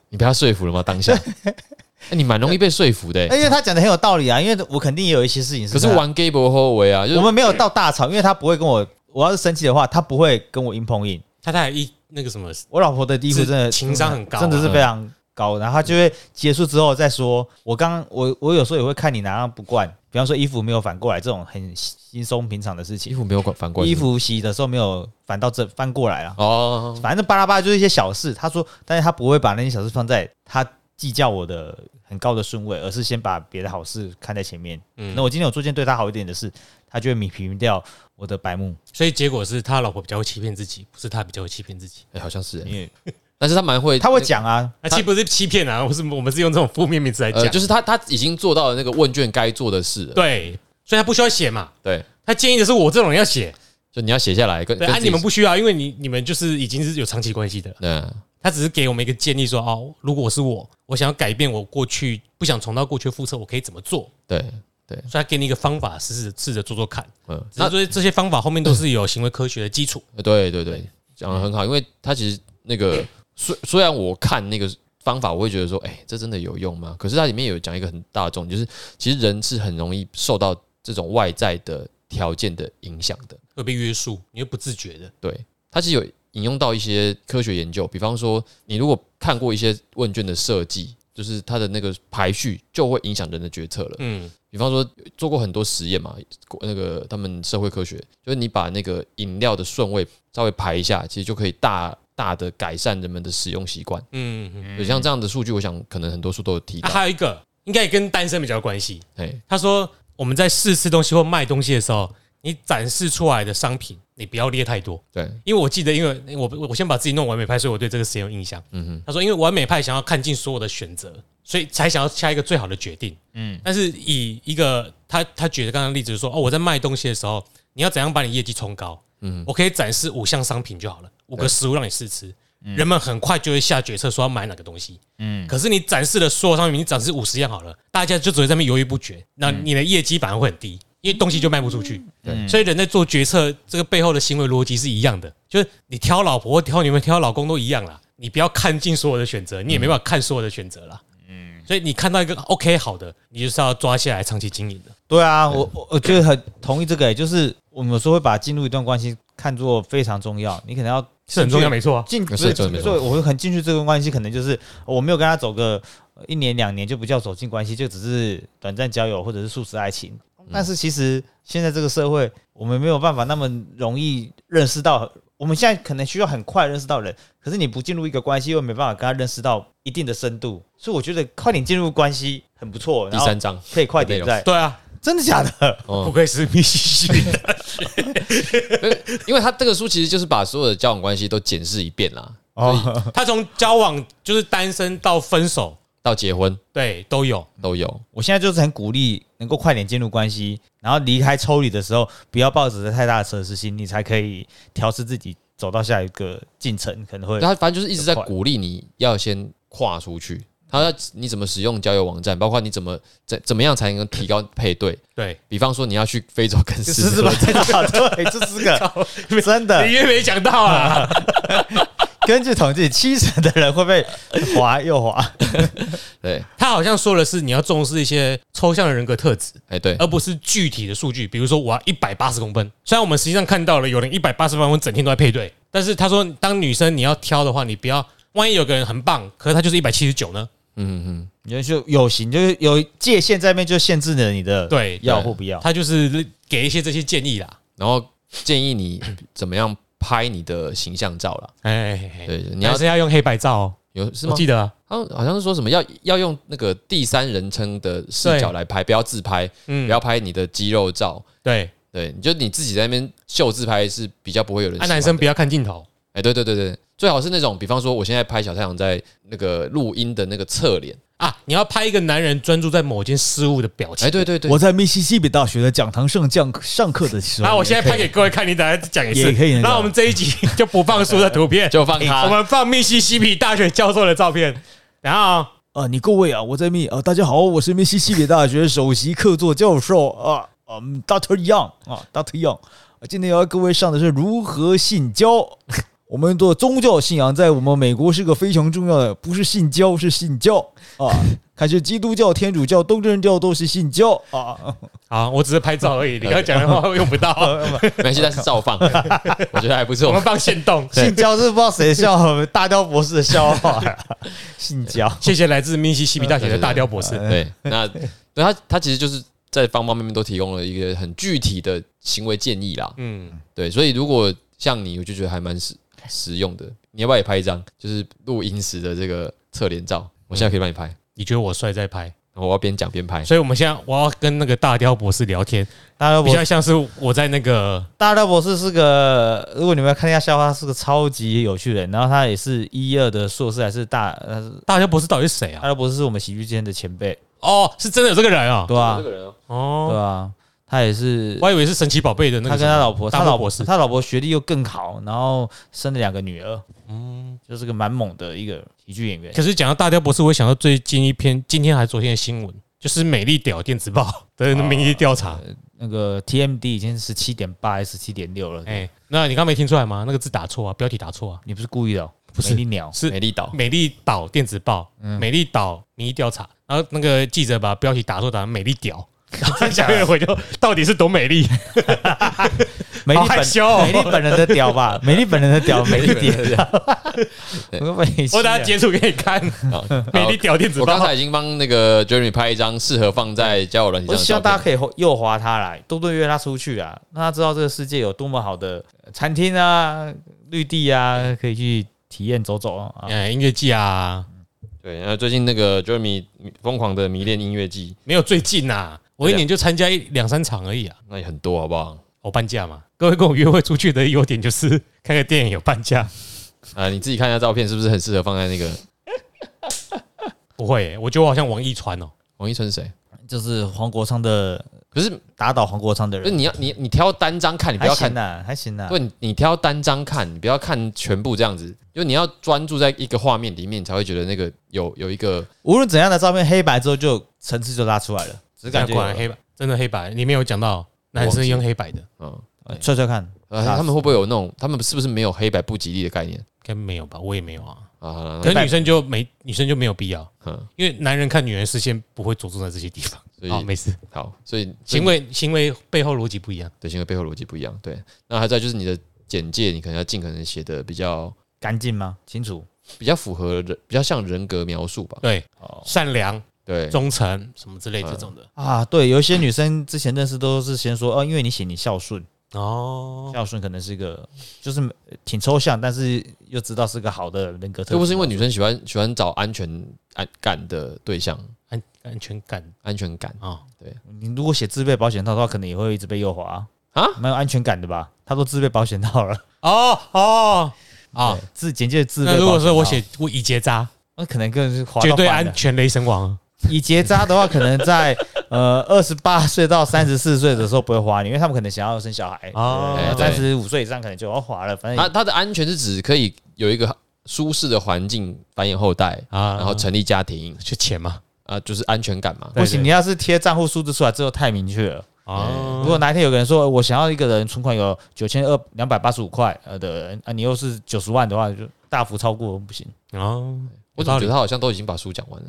[SPEAKER 2] 你被他说服了吗？当下，哎、你蛮容易被说服的、欸
[SPEAKER 3] 因为她讲的很有道理啊。因为我肯定也有一些事情
[SPEAKER 2] 可是
[SPEAKER 3] 她
[SPEAKER 2] 玩 gay 不后为啊，就是
[SPEAKER 3] 啊我们没有到大吵，因为她不会跟我，我要是生气的话，她不会跟我硬碰硬。
[SPEAKER 1] 他太一那个什么，
[SPEAKER 3] 我老婆的第一步真的
[SPEAKER 1] 是情商很高啊嗯
[SPEAKER 3] 真的是非常高。然后她就会结束之后再说，我刚我我有时候也会看你哪样不惯，比方说衣服没有反过来这种很稀松平常的事
[SPEAKER 2] 衣
[SPEAKER 3] 情，
[SPEAKER 2] 服没有反过来，
[SPEAKER 3] 衣服洗的时候没有反到正翻过来啊，
[SPEAKER 2] 哦，
[SPEAKER 3] 反正巴拉巴拉就是一些小事。她说，但是她不会把那些小事放在她计较我的很高的顺位，而是先把别的好事看在前面。
[SPEAKER 1] 嗯
[SPEAKER 3] 那，我今天有做件对她好一点的事，她就会米平掉我的白目。
[SPEAKER 1] 所以结果是他老婆比较会欺骗自己，不是他比较会欺骗自己。
[SPEAKER 2] 哎、好像是、
[SPEAKER 3] 因
[SPEAKER 2] 欸，
[SPEAKER 3] 为
[SPEAKER 2] 但是他蛮会，
[SPEAKER 3] 她嗯会讲啊，
[SPEAKER 1] 那其实不是欺骗啊，我是我们是用这种负面名词来
[SPEAKER 2] 呃，
[SPEAKER 1] 讲，
[SPEAKER 2] 就是他他已经做到了那个问卷该做的事了，
[SPEAKER 1] 对，所以他不需要写嘛。
[SPEAKER 2] 对，
[SPEAKER 1] 他建议的是我这种人要写，
[SPEAKER 2] 就你要写下来跟
[SPEAKER 1] 对
[SPEAKER 2] 跟
[SPEAKER 1] 啊，
[SPEAKER 2] 自己
[SPEAKER 1] 你们不需要，因为你你们就是已经是有长期关系的，
[SPEAKER 2] 嗯，
[SPEAKER 1] 他只是给我们一个建议说，哦，如果是我，我想要改变我过去不想重蹈过去的覆辙，我可以怎么做？
[SPEAKER 2] 对，
[SPEAKER 1] 所以他给你一个方法，试试试着做做看。
[SPEAKER 2] 嗯，
[SPEAKER 1] 那所以这些方法后面都是有行为科学的基础。
[SPEAKER 2] 对对对，讲的很好，因为他其实那个虽虽然我看那个方法，我会觉得说，哎、这真的有用吗？可是它里面有讲一个很大的重点，就是其实人是很容易受到这种外在的条件的影响的。
[SPEAKER 1] 会被约束，你又不自觉的。
[SPEAKER 2] 对，它是有引用到一些科学研究，比方说，你如果看过一些问卷的设计，就是它的那个排序就会影响人的决策了。
[SPEAKER 1] 嗯，
[SPEAKER 2] 比方说，做过很多实验嘛，那个他们社会科学，就是你把那个饮料的顺位稍微排一下，其实就可以大大的改善人们的使用习惯。
[SPEAKER 1] 嗯嗯。
[SPEAKER 2] 对，像这样的数据，我想可能很多书都有提
[SPEAKER 1] 啊，
[SPEAKER 2] 到。
[SPEAKER 1] 还有一个应该也跟单身比较有关系。
[SPEAKER 2] 哎，
[SPEAKER 1] 他说我们在试吃东西或卖东西的时候，你展示出来的商品，你不要列太多。
[SPEAKER 2] 对，
[SPEAKER 1] 因为我记得，因为我我先把自己弄完美派，所以我对这个实验有印象。
[SPEAKER 2] 嗯哼，
[SPEAKER 1] 他说，因为完美派想要看尽所有的选择，所以才想要下一个最好的决定。嗯，但是以一个他他举的刚刚例子就是说，哦，我在卖东西的时候，你要怎样把你业绩冲高？嗯，我可以展示五项商品就好了，五个食物让你试吃。人们很快就会下决策，说要买哪个东西。嗯，可是你展示的所有商品，你展示五十样好了，大家就只会在那边犹豫不决，那你的业绩反而会很低，因为东西就卖不出去。
[SPEAKER 2] 对
[SPEAKER 1] 所以人在做决策，这个背后的行为逻辑是一样的，就是你挑老婆、挑女朋友、挑老公都一样啦。你不要看尽所有的选择，你也没办法看所有的选择啦。嗯，所以你看到一个 OK 好的，你就是要抓下来长期经营的。
[SPEAKER 3] 对啊，我我我觉得很同意这个、欸，就是我们有时候会把进入一段关系看作非常重要，你可能要
[SPEAKER 1] 是很重要，没错啊。
[SPEAKER 3] 进
[SPEAKER 2] 是
[SPEAKER 3] 不是
[SPEAKER 2] 真的没
[SPEAKER 3] 所以我会很进去这段关系，可能就是我没有跟他走个呃一年两年就不叫走进关系，就只是短暂交友或者是素食爱情。
[SPEAKER 1] 嗯
[SPEAKER 3] 但是其实现在这个社会，我们没有办法那么容易认识到，我们现在可能需要很快认识到人，可是你不进入一个关系，又没办法跟他认识到一定的深度，所以我觉得快点进入关系很不错，
[SPEAKER 2] 第
[SPEAKER 3] 然后
[SPEAKER 2] 三章，
[SPEAKER 3] 可以快点在，
[SPEAKER 1] 对啊，
[SPEAKER 3] 真的假的？
[SPEAKER 1] 不
[SPEAKER 2] 哦，
[SPEAKER 1] 愧是密西西比的
[SPEAKER 2] 因为他这个书其实就是把所有的交往关系都检视一遍啦，
[SPEAKER 3] 哦，
[SPEAKER 1] 他从交往就是单身到分手，
[SPEAKER 2] 到结婚
[SPEAKER 1] 对都有。
[SPEAKER 2] 都有。
[SPEAKER 3] 我现在就是很鼓励能够快点进入关系，然后离开抽离的时候，不要抱着太大的得失心，你才可以调试自己走到下一个进程，可能会
[SPEAKER 1] 啊
[SPEAKER 2] 对他反正就是一直在鼓励你要先跨出去。他要你怎么使用交友网站，包括你怎么怎怎么样才能提高配对。
[SPEAKER 1] 对，
[SPEAKER 2] 比方说你要去非洲跟狮
[SPEAKER 3] 狮
[SPEAKER 2] 子
[SPEAKER 3] 子
[SPEAKER 2] 吧
[SPEAKER 3] 吧，，真的 对，这是 个真的
[SPEAKER 1] 你。越没讲到啊，
[SPEAKER 3] 根据统计，七成的人会被滑 又滑，
[SPEAKER 2] 对，
[SPEAKER 1] 他好像说的是你要重视一些抽象的人格特质。
[SPEAKER 2] 哎对，
[SPEAKER 1] 而不是具体的数据，比如说我要一百八十公分。虽然我们实际上看到了有人一百八十公分整天都在配对，但是他说，当女生你要挑的话，你不要，万一有个人很棒，可是他就是一百七十九呢？
[SPEAKER 2] 嗯嗯
[SPEAKER 3] 你就就有形就是有界限在面，就限制了你的
[SPEAKER 1] 对
[SPEAKER 3] 要或不要。
[SPEAKER 1] 他就是给一些这些建议啦。
[SPEAKER 2] 然后建议你怎么样拍你的形象照啦。
[SPEAKER 1] 哎，
[SPEAKER 2] 对，你
[SPEAKER 1] 你要
[SPEAKER 2] 要
[SPEAKER 1] 是要用黑白照哦，
[SPEAKER 2] 有是
[SPEAKER 1] 我
[SPEAKER 2] 吗？
[SPEAKER 1] 记得啊，
[SPEAKER 2] 他好像是说什么要要用那个第三人称的视角来拍，不要自拍，不
[SPEAKER 1] 嗯，
[SPEAKER 2] 要拍你的肌肉照。
[SPEAKER 1] 对，
[SPEAKER 2] 对，你就你自己在那边秀自拍是比较不会有人喜
[SPEAKER 1] 啊，
[SPEAKER 2] 欢的。
[SPEAKER 1] 男生不要看镜头，
[SPEAKER 2] 哎、对对对对，最好是那种，比方说我现在拍小太阳在那个录音的那个侧脸，
[SPEAKER 1] 啊，你要拍一个男人专注在某件事物的表
[SPEAKER 2] 哎、
[SPEAKER 1] 情。
[SPEAKER 2] 对对对，
[SPEAKER 4] 我在密西西比大学的讲堂上讲上课的时候，
[SPEAKER 1] 那啊我现在拍给各位看，你等下讲一次
[SPEAKER 4] 也可以那。个
[SPEAKER 1] 然后我们这一集就不放书的图片，
[SPEAKER 2] 就放他
[SPEAKER 1] 哎我们放密西西比大学教授的照片。然后
[SPEAKER 4] 啊，你各位啊，我在密啊，大家好，我是密西西比大学首席客座教授啊，嗯，Doctor Young 啊，Doctor Young，啊今天要为各位上的是如何信教。 我们的宗教信仰在我们美国是个非常重要的，不是信教是信教 啊，看是基督教、天主教、东正教都是信教啊。
[SPEAKER 1] 好，我只是拍照而已，你刚刚讲的话我用 不到。
[SPEAKER 2] 没关系，但是照 放，我觉得还不
[SPEAKER 1] 我
[SPEAKER 2] 错
[SPEAKER 1] 们。放现动，
[SPEAKER 3] 性交是不知道谁的 笑话，大雕博士的笑话呀。性交，
[SPEAKER 1] 谢谢来自密西西比大学的大雕博士。
[SPEAKER 2] 对，那对他他其实就是在方方面面都提供了一个很具体的行为建议啦。
[SPEAKER 1] 嗯，
[SPEAKER 2] 对，所以如果像你，我就觉得还蛮实实用的。你要不要也拍一张，就是录音时的这个侧脸照？我现在可以帮你拍，然
[SPEAKER 1] 你觉得我帅在拍，
[SPEAKER 2] 后我要边讲边拍。
[SPEAKER 1] 所以我们现在我要跟那个大雕博士聊天，
[SPEAKER 3] 大雕
[SPEAKER 1] 比
[SPEAKER 3] 博士
[SPEAKER 1] 较像是哦我在那个
[SPEAKER 3] 大乐博士是个，如果你们要看一下笑话，他是个超级有趣的人。然后他也是一二的硕士，还是大，他是
[SPEAKER 1] 大雕博士到底是谁啊？
[SPEAKER 3] 大乐博士是我们喜剧界的前辈，
[SPEAKER 1] 哦，是真的有这个人啊？
[SPEAKER 3] 对啊
[SPEAKER 2] 这，个人哦，
[SPEAKER 1] 哦，
[SPEAKER 3] 对啊，他也是，
[SPEAKER 1] 我还以为是神奇宝贝的那
[SPEAKER 3] 他
[SPEAKER 1] 个
[SPEAKER 3] 跟
[SPEAKER 1] 什么。
[SPEAKER 3] 他老婆，
[SPEAKER 1] 大
[SPEAKER 3] 他
[SPEAKER 1] 陆
[SPEAKER 3] 老
[SPEAKER 1] 博
[SPEAKER 3] 婆
[SPEAKER 1] 士
[SPEAKER 3] 他老婆学历又更好，然后生了两个女儿，
[SPEAKER 1] 嗯，
[SPEAKER 3] 就是个蛮猛的一个喜剧演员。
[SPEAKER 1] 可是讲到大雕博士，我会想到最近一篇，今天还昨天的新闻，就是美丽屌电子报的民意调查。
[SPEAKER 3] 那个 TMD 已经十七点八还是十七点六了，
[SPEAKER 1] 哎，那你刚没听出来吗？那个字打错啊，标题打错啊，
[SPEAKER 3] 你不是故意的、哦，
[SPEAKER 1] 不是
[SPEAKER 3] 美丽鸟，
[SPEAKER 1] 是
[SPEAKER 2] 美丽岛，
[SPEAKER 1] 美丽岛电子报，美丽岛民意调查，然后那个记者把标题打错，打成美丽屌。然后下面我就到底是多美丽？
[SPEAKER 3] 美丽
[SPEAKER 1] 好害
[SPEAKER 3] 本、
[SPEAKER 1] 羞哦
[SPEAKER 3] 美丽本人的屌吧，美丽本人的屌， 美丽点，我美西啊
[SPEAKER 1] 我等下截图给你看，
[SPEAKER 2] 好
[SPEAKER 1] 美丽屌电子
[SPEAKER 2] 我刚
[SPEAKER 1] 报哎
[SPEAKER 2] 才。已经帮那个 Jeremy 拍一张适合放在交友软体
[SPEAKER 3] 我
[SPEAKER 2] 上的
[SPEAKER 3] 希望
[SPEAKER 2] 照
[SPEAKER 3] 大
[SPEAKER 2] 片
[SPEAKER 3] 家。可以诱滑他来，多多约他出去啊，让他知道这个世界有多么好的呃餐厅啊、绿地啊，可以去体验走走啊。
[SPEAKER 1] 哎，音乐季啊，
[SPEAKER 2] 对，然后最近那个 Jeremy 疯狂的迷恋音乐季，
[SPEAKER 1] 没有最近呐，我一年就参加一两三场而已啊。
[SPEAKER 2] 那也很多，好不好？
[SPEAKER 1] 我半价嘛，各位跟我约会出去的优点就是看个电影有半价，
[SPEAKER 2] 啊，你自己看一下照片，是不是很适合放在那个
[SPEAKER 1] 不会、欸，我觉得我好像王一川哦、
[SPEAKER 2] 王一川是谁？
[SPEAKER 3] 就是黄国昌的
[SPEAKER 2] 可是，
[SPEAKER 3] 打倒黄国昌的
[SPEAKER 2] 就是
[SPEAKER 3] 人，
[SPEAKER 2] 你要你你挑单张看，你不
[SPEAKER 3] 还
[SPEAKER 2] 要看
[SPEAKER 3] 行，啊呐，还行呐。
[SPEAKER 2] 对，你你挑单张看，你不要看全部这样子，就你要专注在一个画面里面，你才会觉得那个有有一个
[SPEAKER 3] 无论怎样的照片，黑白之后就层次就拉出来了，只
[SPEAKER 1] 只
[SPEAKER 3] 感
[SPEAKER 1] 感觉
[SPEAKER 3] 觉有
[SPEAKER 1] 果
[SPEAKER 3] 了
[SPEAKER 1] 然黑白，真的黑白，里面有讲到男生用黑白的，
[SPEAKER 2] 嗯。
[SPEAKER 3] 踹踹看，
[SPEAKER 2] 呃，他们会不会有那种？他们是不是没有黑白不吉利的概念
[SPEAKER 1] 应该没有吧？我也没有啊，
[SPEAKER 2] 啊？好了
[SPEAKER 1] 可是女生就没女生就没有必要，
[SPEAKER 2] 嗯，
[SPEAKER 1] 因为男人看女人视线不会着重在这些地方。
[SPEAKER 2] 所以
[SPEAKER 1] 好，没事，
[SPEAKER 2] 好，所以
[SPEAKER 1] 行为行为背后逻辑不一样。
[SPEAKER 2] 对行为背后逻辑不一样。对，那还在就是你的简介，你可能要尽可能写的比较
[SPEAKER 3] 干净吗？清楚
[SPEAKER 2] 比较符合人，比较像人格描述吧。
[SPEAKER 1] 对，
[SPEAKER 3] 哦
[SPEAKER 1] 善良、
[SPEAKER 2] 对，
[SPEAKER 1] 忠诚什么之类这种的。
[SPEAKER 3] 啊。对，有一些女生之前认识都是先说哦，因为你写你孝顺，
[SPEAKER 1] 哦，
[SPEAKER 3] 孝顺可能是一个就是呃挺抽象，但是又知道是个好的人格特质。
[SPEAKER 2] 又不是因为女生喜欢喜欢找安全安感的对象，
[SPEAKER 1] 安安全感
[SPEAKER 2] 安全感
[SPEAKER 1] 啊、哦，
[SPEAKER 3] 你如果写自备保险套的话，可能也会一直被诱惑啊，
[SPEAKER 2] 啊
[SPEAKER 3] 蛮有安全感的吧？他都自备保险套了
[SPEAKER 1] 哦哦啊！
[SPEAKER 3] 对自简介自备
[SPEAKER 1] 那
[SPEAKER 3] 保啊险
[SPEAKER 1] 如
[SPEAKER 3] 套。
[SPEAKER 1] 果是我写我以结扎，
[SPEAKER 3] 那可能更是滑到
[SPEAKER 1] 绝对
[SPEAKER 3] 翻
[SPEAKER 1] 安
[SPEAKER 3] 了。
[SPEAKER 1] 全雷神王。
[SPEAKER 3] 以结扎的话，可能在呃 二十八岁到三十四岁的时候不会滑你，因为他们可能想要生小孩
[SPEAKER 1] 哦啊
[SPEAKER 3] 三十五岁以上可能就要滑了，
[SPEAKER 1] 哎
[SPEAKER 3] 反
[SPEAKER 2] 他
[SPEAKER 3] 正
[SPEAKER 2] 他的安全是指可以有一个舒适的环境繁衍后代，
[SPEAKER 1] 啊
[SPEAKER 2] 然后成立家庭
[SPEAKER 1] 就钱嘛。
[SPEAKER 2] 啊，就是安全感嘛。
[SPEAKER 1] 对
[SPEAKER 3] 不行。你要是贴账户数字出来之后太明确了。
[SPEAKER 1] 哦，
[SPEAKER 3] 如果哪一天有个人说我想要一个人存款有九千二两百八十五块呃的人啊，你又是九十万的话，就大幅超过不行。
[SPEAKER 1] 哦，
[SPEAKER 2] 我怎么觉得他好像都已经把书讲完了？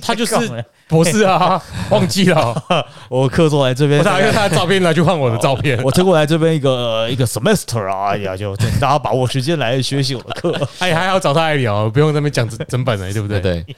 [SPEAKER 1] 他就是
[SPEAKER 3] 干嘛
[SPEAKER 1] 博士啊，忘记了哦，
[SPEAKER 3] 我客座来这边
[SPEAKER 1] 我，拿用他的照片来去换我的照片。
[SPEAKER 3] 我推过来这边一个、呃一个 semester 啊，哎呀，就请大家把握时间来学习我的课。
[SPEAKER 1] 哎，还好找他来聊，不用在那边讲整整本了，对不 对？
[SPEAKER 2] 对对，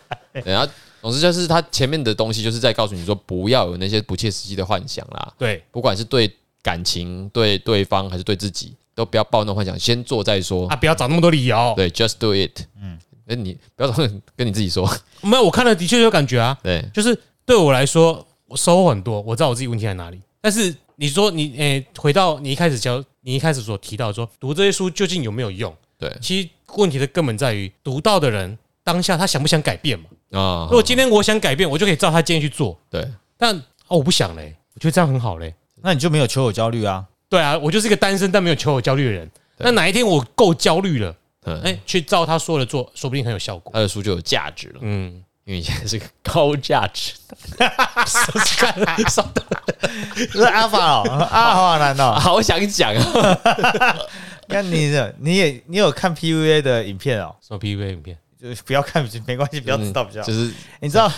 [SPEAKER 2] 然后总之就是他前面的东西就是在告诉你说，不要有那些不切实际的幻想啦，
[SPEAKER 1] 对
[SPEAKER 2] 不管是对感情、对对方还是对自己，都不要抱那种幻想，先做再说
[SPEAKER 1] 啊，。不要找那么多理由。
[SPEAKER 2] 哦对，just do it。嗯，那你不要跟你自己说，
[SPEAKER 1] 没有，我看了的确有感觉啊，
[SPEAKER 2] 对，
[SPEAKER 1] 就是对我来说，我收获很多，我知道我自己问题在哪里。但是你说你诶、回到你一开始教，你一开始所提到说读这些书究竟有没有用？
[SPEAKER 2] 对
[SPEAKER 1] 其实问题的根本在于读到的人当下他想不想改变嘛？
[SPEAKER 2] 啊
[SPEAKER 1] 如，果今天我想改变，我就可以照他建议去做，
[SPEAKER 2] 对，
[SPEAKER 1] 但哦我不想嘞、我觉得这样很好嘞、
[SPEAKER 3] 那你就没有求偶焦虑啊？
[SPEAKER 1] 对啊，我就是一个单身但没有求偶焦虑的人。
[SPEAKER 2] 对
[SPEAKER 1] 那哪一天我够焦虑了，
[SPEAKER 2] 嗯，
[SPEAKER 1] 哎、去照他说的做，说不定很有 效果。
[SPEAKER 2] 他的书就有价值了，
[SPEAKER 1] 嗯，
[SPEAKER 2] 因为你现在是个高价值
[SPEAKER 3] 是 阿法哦，阿法好难
[SPEAKER 2] 啊，
[SPEAKER 3] 哦。
[SPEAKER 2] 好想讲啊！
[SPEAKER 3] 那你的你也你有看 PUA 的影片哦？
[SPEAKER 1] 什么 PV 影片？
[SPEAKER 3] 就不要看，没关系，不要 知道比较好
[SPEAKER 2] 嗯就。是
[SPEAKER 3] 你知 道，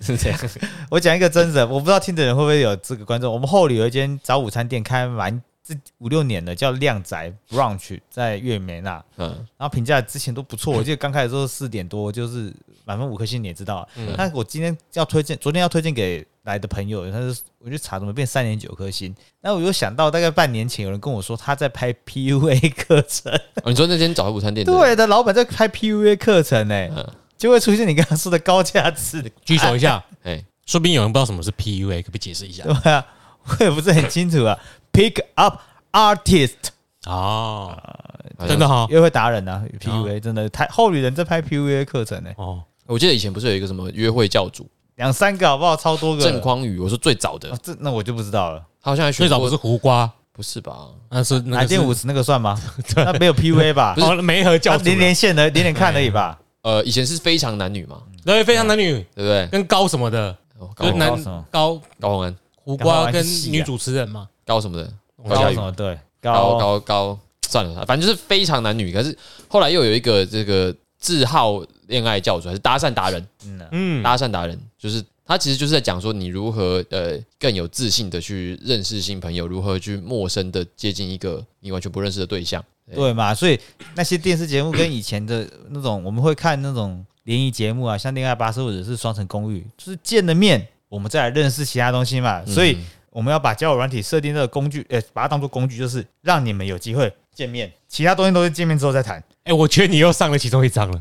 [SPEAKER 2] 是这样，
[SPEAKER 3] 我讲一个真人，我不知道听的人会不会有这个观众。我们后里有一间早午餐店，开蛮这五六年了，叫靓仔 brunch，在啊月美那。
[SPEAKER 2] 嗯，
[SPEAKER 3] 然后评价之前都 不错，我记得刚开始都是四点多，就是满分五颗星，你也知道。啊
[SPEAKER 2] 嗯
[SPEAKER 3] 但我今天要推荐，昨天要推荐给来的朋友，他是我就查怎么变三点九颗星。那我又想到大概半年前有人跟我说他在拍 PUA 课 程，
[SPEAKER 2] 哦你说那间早午餐店的，
[SPEAKER 3] 对的，老板在拍 PUA 课程呢、
[SPEAKER 2] 嗯
[SPEAKER 3] 就会出现你刚刚说的高价 值，
[SPEAKER 1] 举手一下，
[SPEAKER 2] 哎，
[SPEAKER 1] 说不定有人不知道什么是 PUA，可不可以解释一下
[SPEAKER 3] 对？啊，我也不是很清楚啊。Pick up artist，
[SPEAKER 1] 哦，
[SPEAKER 2] 好像
[SPEAKER 1] 真的哈、
[SPEAKER 3] 约会达人啊，PUA
[SPEAKER 2] 哦
[SPEAKER 3] 真的太后里人在拍 PUA 课程呢、
[SPEAKER 1] 哦，
[SPEAKER 2] 我记得以前不是有一个什么约会教主
[SPEAKER 3] 两三个好不好？超多个哦
[SPEAKER 2] 郑匡宇，我说最早的，
[SPEAKER 3] 啊，这那我就不知道了。
[SPEAKER 2] 他好像还
[SPEAKER 1] 最
[SPEAKER 2] 选
[SPEAKER 1] 早不
[SPEAKER 2] 过
[SPEAKER 1] 是胡瓜，
[SPEAKER 2] 不是吧？
[SPEAKER 1] 那是那
[SPEAKER 3] 来
[SPEAKER 1] 个是
[SPEAKER 3] 电五十啊那个 算吗？那没有 PUA 吧？
[SPEAKER 1] 哦，梅和教
[SPEAKER 3] 他
[SPEAKER 1] 主
[SPEAKER 3] 连连线的连连看而已吧？
[SPEAKER 2] 呃，以前是非常男女嘛，
[SPEAKER 3] 嗯
[SPEAKER 1] 对非常男女
[SPEAKER 2] 对不对？
[SPEAKER 1] 跟高什么的，
[SPEAKER 2] 哦
[SPEAKER 1] 就是
[SPEAKER 2] 高
[SPEAKER 3] 高
[SPEAKER 1] 男
[SPEAKER 3] 什么
[SPEAKER 1] 高
[SPEAKER 2] 高洪安、
[SPEAKER 1] 胡瓜
[SPEAKER 3] 干嘛
[SPEAKER 1] 跟
[SPEAKER 3] 玩戏啊
[SPEAKER 1] 女主持人嘛，哦
[SPEAKER 2] 高什么的，
[SPEAKER 1] 哎
[SPEAKER 2] 高
[SPEAKER 3] 高
[SPEAKER 2] 嘉
[SPEAKER 3] 什
[SPEAKER 2] 宇、
[SPEAKER 3] 么？对，
[SPEAKER 2] 高
[SPEAKER 3] 高
[SPEAKER 2] 高高，算了，反正就是非常男女。可是后来又有一个这个自号恋爱教主，还是搭讪达人，
[SPEAKER 3] 嗯，
[SPEAKER 1] 嗯，
[SPEAKER 2] 搭讪达人，就是他其实就是在讲说你如何呃更有自信的去认识新朋友，如何去陌生的接近一个你完全不认识的对象。
[SPEAKER 1] 嗯
[SPEAKER 3] 对嘛？所以那些电视节目跟以前的那种，我们会看那种联谊节目啊，像《恋爱巴士》或者是《双城公寓》，就是见了面，我们再来认识其他东西
[SPEAKER 1] 嗯
[SPEAKER 3] 嘛。所以我们要把交友软体设定这个工具，呃，把它当做工具，就是让你们有机会见面，其他东西都是见面之后再谈。
[SPEAKER 1] 哎，我觉得你又上了其中一章了。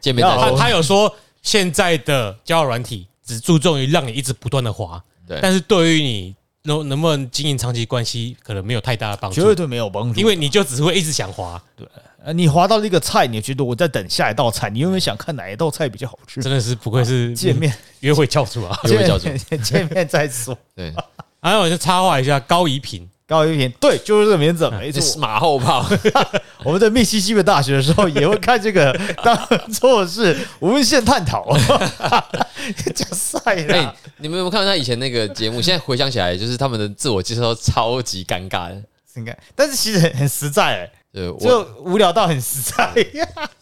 [SPEAKER 2] 见面
[SPEAKER 3] 要
[SPEAKER 2] 再
[SPEAKER 1] 他
[SPEAKER 2] 说，
[SPEAKER 1] 他有说现在的交友软体只注重于让你一直不断的滑，
[SPEAKER 2] 对
[SPEAKER 1] 但是对于你能能不能经营长期关系，可能没有太大的帮
[SPEAKER 4] 绝
[SPEAKER 1] 助，
[SPEAKER 4] 对没有帮助。
[SPEAKER 1] 因为你就只会一直想滑，
[SPEAKER 4] 呃你划到了一个菜，你觉得我在等下一道菜，你有没有想看哪一道菜比较好吃？
[SPEAKER 1] 真的是不愧是
[SPEAKER 3] 嗯啊见面，
[SPEAKER 1] 约会教主啊！
[SPEAKER 2] 约会教主
[SPEAKER 3] 见面 见面再说。
[SPEAKER 2] 对，
[SPEAKER 1] 然后我就插话一下高怡平，
[SPEAKER 3] 高一平，对，
[SPEAKER 4] 就是这个名字，没错。
[SPEAKER 2] 马后炮，
[SPEAKER 4] 我们在密西西比大学的时候也会看这个当做是文献探讨，
[SPEAKER 3] 加赛
[SPEAKER 2] 哎、
[SPEAKER 3] 了，
[SPEAKER 2] 你们有没有看到他以前那个节目？现在回想起来，就是他们的自我介绍都超级尴尬的。
[SPEAKER 3] 你看，但是其实很很实在，哎，
[SPEAKER 2] 对，我
[SPEAKER 3] 就无聊到很实在。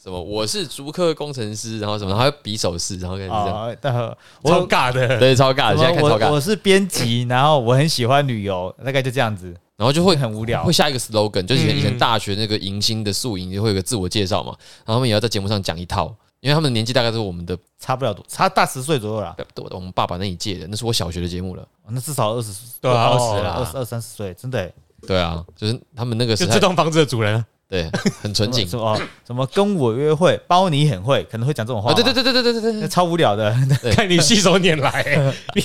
[SPEAKER 2] 什么我是逐客工程师，然后什么，还会比手势，然后跟你这样，
[SPEAKER 3] 哦，待会
[SPEAKER 1] 超
[SPEAKER 3] 我
[SPEAKER 1] 尬的，
[SPEAKER 2] 对，超尬的，现在看超
[SPEAKER 3] 我我
[SPEAKER 2] 尬，
[SPEAKER 3] 我是编辑，然后我很喜欢旅游，大概就这样子，
[SPEAKER 2] 然后就会
[SPEAKER 3] 很无聊
[SPEAKER 2] 会。下一个 slogan，就是以前
[SPEAKER 1] 嗯
[SPEAKER 2] 以前大学那个迎新的宿营就会有个自我介绍嘛，然后他们也要在节目上讲一套，因为他们的年纪大概是我们的
[SPEAKER 3] 差不了多，差大十岁左右啦。
[SPEAKER 2] 我我们爸爸那一届的，那是我小学的节目了。
[SPEAKER 3] 哦那至少二十，
[SPEAKER 1] 对啊
[SPEAKER 3] 二
[SPEAKER 1] 20
[SPEAKER 3] 十
[SPEAKER 1] 啦
[SPEAKER 3] 二十二三十岁，真的欸。
[SPEAKER 2] 对啊，就是他们那个
[SPEAKER 1] 就
[SPEAKER 2] 时
[SPEAKER 1] 这
[SPEAKER 2] 代，
[SPEAKER 1] 栋房子的主人啊，
[SPEAKER 2] 对，很纯净
[SPEAKER 3] 什么什么什么跟我约会，包你很会，可能会讲这种话
[SPEAKER 2] 啊！
[SPEAKER 3] 嘛。
[SPEAKER 2] 对对对对对对对
[SPEAKER 3] 那
[SPEAKER 2] 对，
[SPEAKER 3] 超无聊的，
[SPEAKER 2] 对
[SPEAKER 1] 看你信手拈来、欸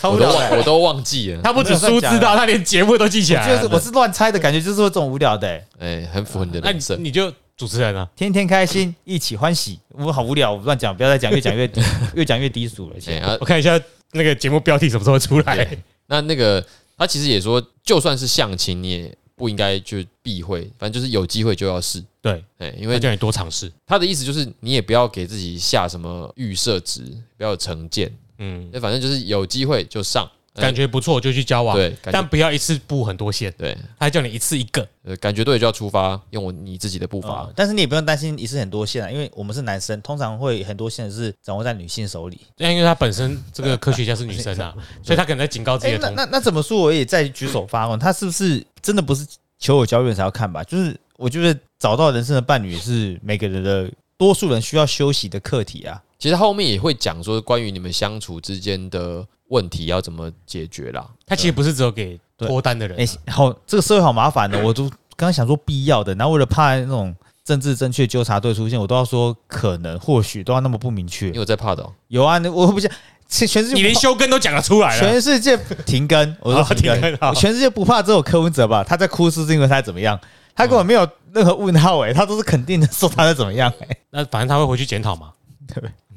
[SPEAKER 3] 超无
[SPEAKER 2] 我都
[SPEAKER 3] 聊的
[SPEAKER 2] 忘
[SPEAKER 3] 欸。
[SPEAKER 2] 我都忘记了，
[SPEAKER 1] 他不止书知道，他连节目都记起来
[SPEAKER 3] 就是
[SPEAKER 1] 了。
[SPEAKER 3] 我是乱猜的感觉，就是会这种无聊的欸。
[SPEAKER 2] 哎，很符合你的
[SPEAKER 1] 那
[SPEAKER 2] 人设
[SPEAKER 1] 你。你就主持人啊，
[SPEAKER 3] 天天开心，一起欢喜。我好无聊，我乱讲，不要再讲，越 讲越越讲越低俗了。
[SPEAKER 2] 哎啊，
[SPEAKER 1] 我看一下那个节目标题什么时候出来
[SPEAKER 2] 对。那那个他其实也说，就算是相亲，你也不应该去避讳，反正就是有机会就要试。
[SPEAKER 1] 对，
[SPEAKER 2] 哎，因
[SPEAKER 1] 因为
[SPEAKER 2] 为
[SPEAKER 1] 叫你多尝试。
[SPEAKER 2] 他的意思就是，你也不要给自己下什么预设值，不要有成见，
[SPEAKER 1] 嗯，
[SPEAKER 2] 那反正就是有机会就上。
[SPEAKER 1] 感觉不错就去交往，
[SPEAKER 2] 对感觉
[SPEAKER 1] 但不要一次布很多线，
[SPEAKER 2] 对，
[SPEAKER 1] 他叫你一次一个，
[SPEAKER 2] 呃，感觉对就要出发，用我你自己的步伐
[SPEAKER 1] 嗯
[SPEAKER 3] 哦。但是你也不用担心一次很多线啊，因为我们是男生，通常会很多线是掌握在女性手里。
[SPEAKER 1] 但因为他本身这个科学家是女生啊，所以他可能在警告自
[SPEAKER 3] 哎、
[SPEAKER 1] 己的
[SPEAKER 3] 那
[SPEAKER 1] 同
[SPEAKER 3] 那那怎么说？我也在举手发问，他是不是真的不是求偶焦虑才要看吧？就是我觉得找到人生的伴侣是每个人的多数人需要休息的课题啊。
[SPEAKER 2] 其实后面也会讲说关于你们相处之间的问题要怎么解决啦。
[SPEAKER 1] 他其实不是只有给
[SPEAKER 3] 对
[SPEAKER 1] 脱单的人啊
[SPEAKER 3] 哎、，好，这个社会好麻烦的、哦我都刚刚想说必要的，然后为了怕那种政治正确纠察队出现，我都要说可能、或许都要那么不明确
[SPEAKER 2] 你。有在怕的、哦？
[SPEAKER 3] 有啊，那我不是全全世界
[SPEAKER 1] 你连
[SPEAKER 3] 不怕
[SPEAKER 1] 修根都讲得出来了，
[SPEAKER 3] 全世界 停更，我
[SPEAKER 1] 好
[SPEAKER 3] 说停
[SPEAKER 1] 停
[SPEAKER 3] 更
[SPEAKER 1] 更哦好，
[SPEAKER 3] 全世界不怕只有柯文哲吧？他在哭是因为他怎么样？他根本没有任何问号哎、他都是肯定的说他在怎么样哎、
[SPEAKER 1] 那反正他会回去检讨嘛。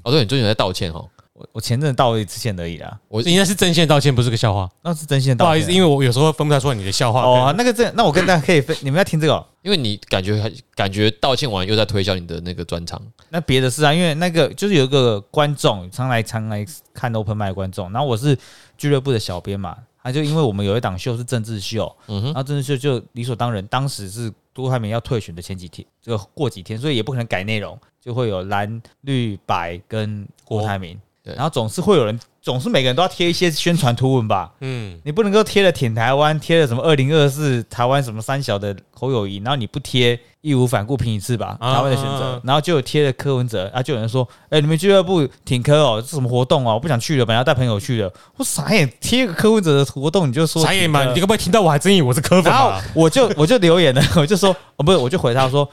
[SPEAKER 2] 哦，对，你最近有在道歉哦。
[SPEAKER 3] 我我前阵子道了一次歉而已啦，
[SPEAKER 2] 我
[SPEAKER 1] 应该是真线道歉，不是个笑话。
[SPEAKER 3] 那是真心的
[SPEAKER 1] 不
[SPEAKER 3] 道
[SPEAKER 1] 好意
[SPEAKER 3] 歉。
[SPEAKER 1] 思，因为我有时候分不太出来你的笑话。
[SPEAKER 3] 啊哦，那个真，那我跟大家可以分，你们要听这个哦、
[SPEAKER 2] 因为你感觉还感觉道歉完又在推销你的那个专场，
[SPEAKER 3] 那别的事啊，因为那个就是有一个观众常来常来看 open 麦的观众，然后我是俱乐部的小编嘛，他就因为我们有一档秀是政治秀，
[SPEAKER 2] 嗯
[SPEAKER 3] 然
[SPEAKER 2] 哼，
[SPEAKER 3] 后政治秀就理所当然，当时是都还没要退选的前几天，这个过几天，所以也不可能改内容，就会有蓝绿白跟郭台铭，
[SPEAKER 2] 哦对
[SPEAKER 3] 然后总是会有人，总是每个人都要贴一些宣传图文吧，
[SPEAKER 1] 嗯，
[SPEAKER 3] 你不能够贴了挺台湾，贴了什么二零二四台湾什么三小的侯友谊，然后你不贴义无反顾拼一次吧，
[SPEAKER 1] 啊
[SPEAKER 3] 台湾的选择，然后就有贴了柯文哲，啊，就有人说，哎、你们俱乐部挺柯哦，这什么活动哦，我不想去了，本来要带朋友去的，我傻眼，贴个柯文哲的活动你就说
[SPEAKER 1] 傻眼嘛，
[SPEAKER 3] 挺柯
[SPEAKER 1] 你会不会听到我还真以为我是科粉
[SPEAKER 3] 然后
[SPEAKER 1] 啊？
[SPEAKER 3] 我就我就留言了，我就说， 哦，不是，我就回他说，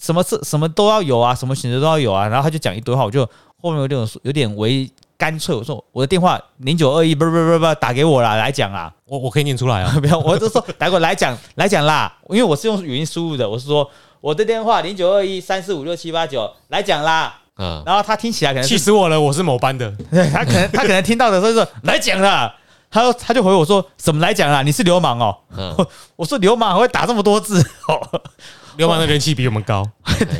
[SPEAKER 3] 什么事什么都要有啊，什么选择都要有啊。然后他就讲一堆话，我就后面有点有点为干脆，我说我的电话零九二一不不不不打给我啦，来讲啦，
[SPEAKER 1] 我我可以念出来啊。
[SPEAKER 3] 不要，我就说打给我来讲来讲啦，因为我是用语音输入的，我是说我的电话零九二一三四五六七八九来讲啦。
[SPEAKER 2] 嗯，
[SPEAKER 3] 然后他听起来可能
[SPEAKER 1] 气
[SPEAKER 3] 是
[SPEAKER 1] 死我了！我是某班的，
[SPEAKER 3] 对他可能他可能听到的时候就说来讲啦。他就他就回我说怎么来讲啦？你是流氓哦。
[SPEAKER 2] 嗯，
[SPEAKER 3] 我说流氓还会打这么多字哦，
[SPEAKER 1] 流氓的人气比我们高，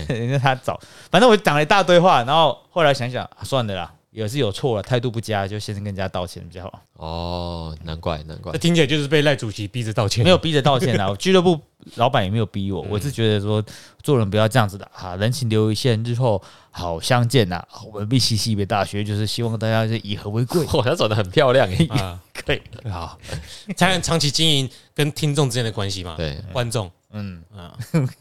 [SPEAKER 2] 对
[SPEAKER 3] 人家他找，反正我讲了一大堆话，然后后来想想、啊算了啦，也是有错了，态度不佳就先跟人家道歉比较好，
[SPEAKER 2] 哦，难怪难怪
[SPEAKER 1] 这，听起来就是被赖主席逼着道歉。
[SPEAKER 3] 没有，逼着道歉啦。俱乐部老板也没有逼我，我是觉得说做人不要这样子的啊，人情留一线，日后好相见呐、啊。我们密西西北大学就是希望大家是以和为贵。
[SPEAKER 2] 哇，他长得很漂亮欸 诶，
[SPEAKER 1] 啊，
[SPEAKER 3] 可以，
[SPEAKER 1] 好，才能长期经营跟听众之间的关系嘛。，
[SPEAKER 2] 对，
[SPEAKER 1] 观众，
[SPEAKER 3] 嗯，
[SPEAKER 1] 啊，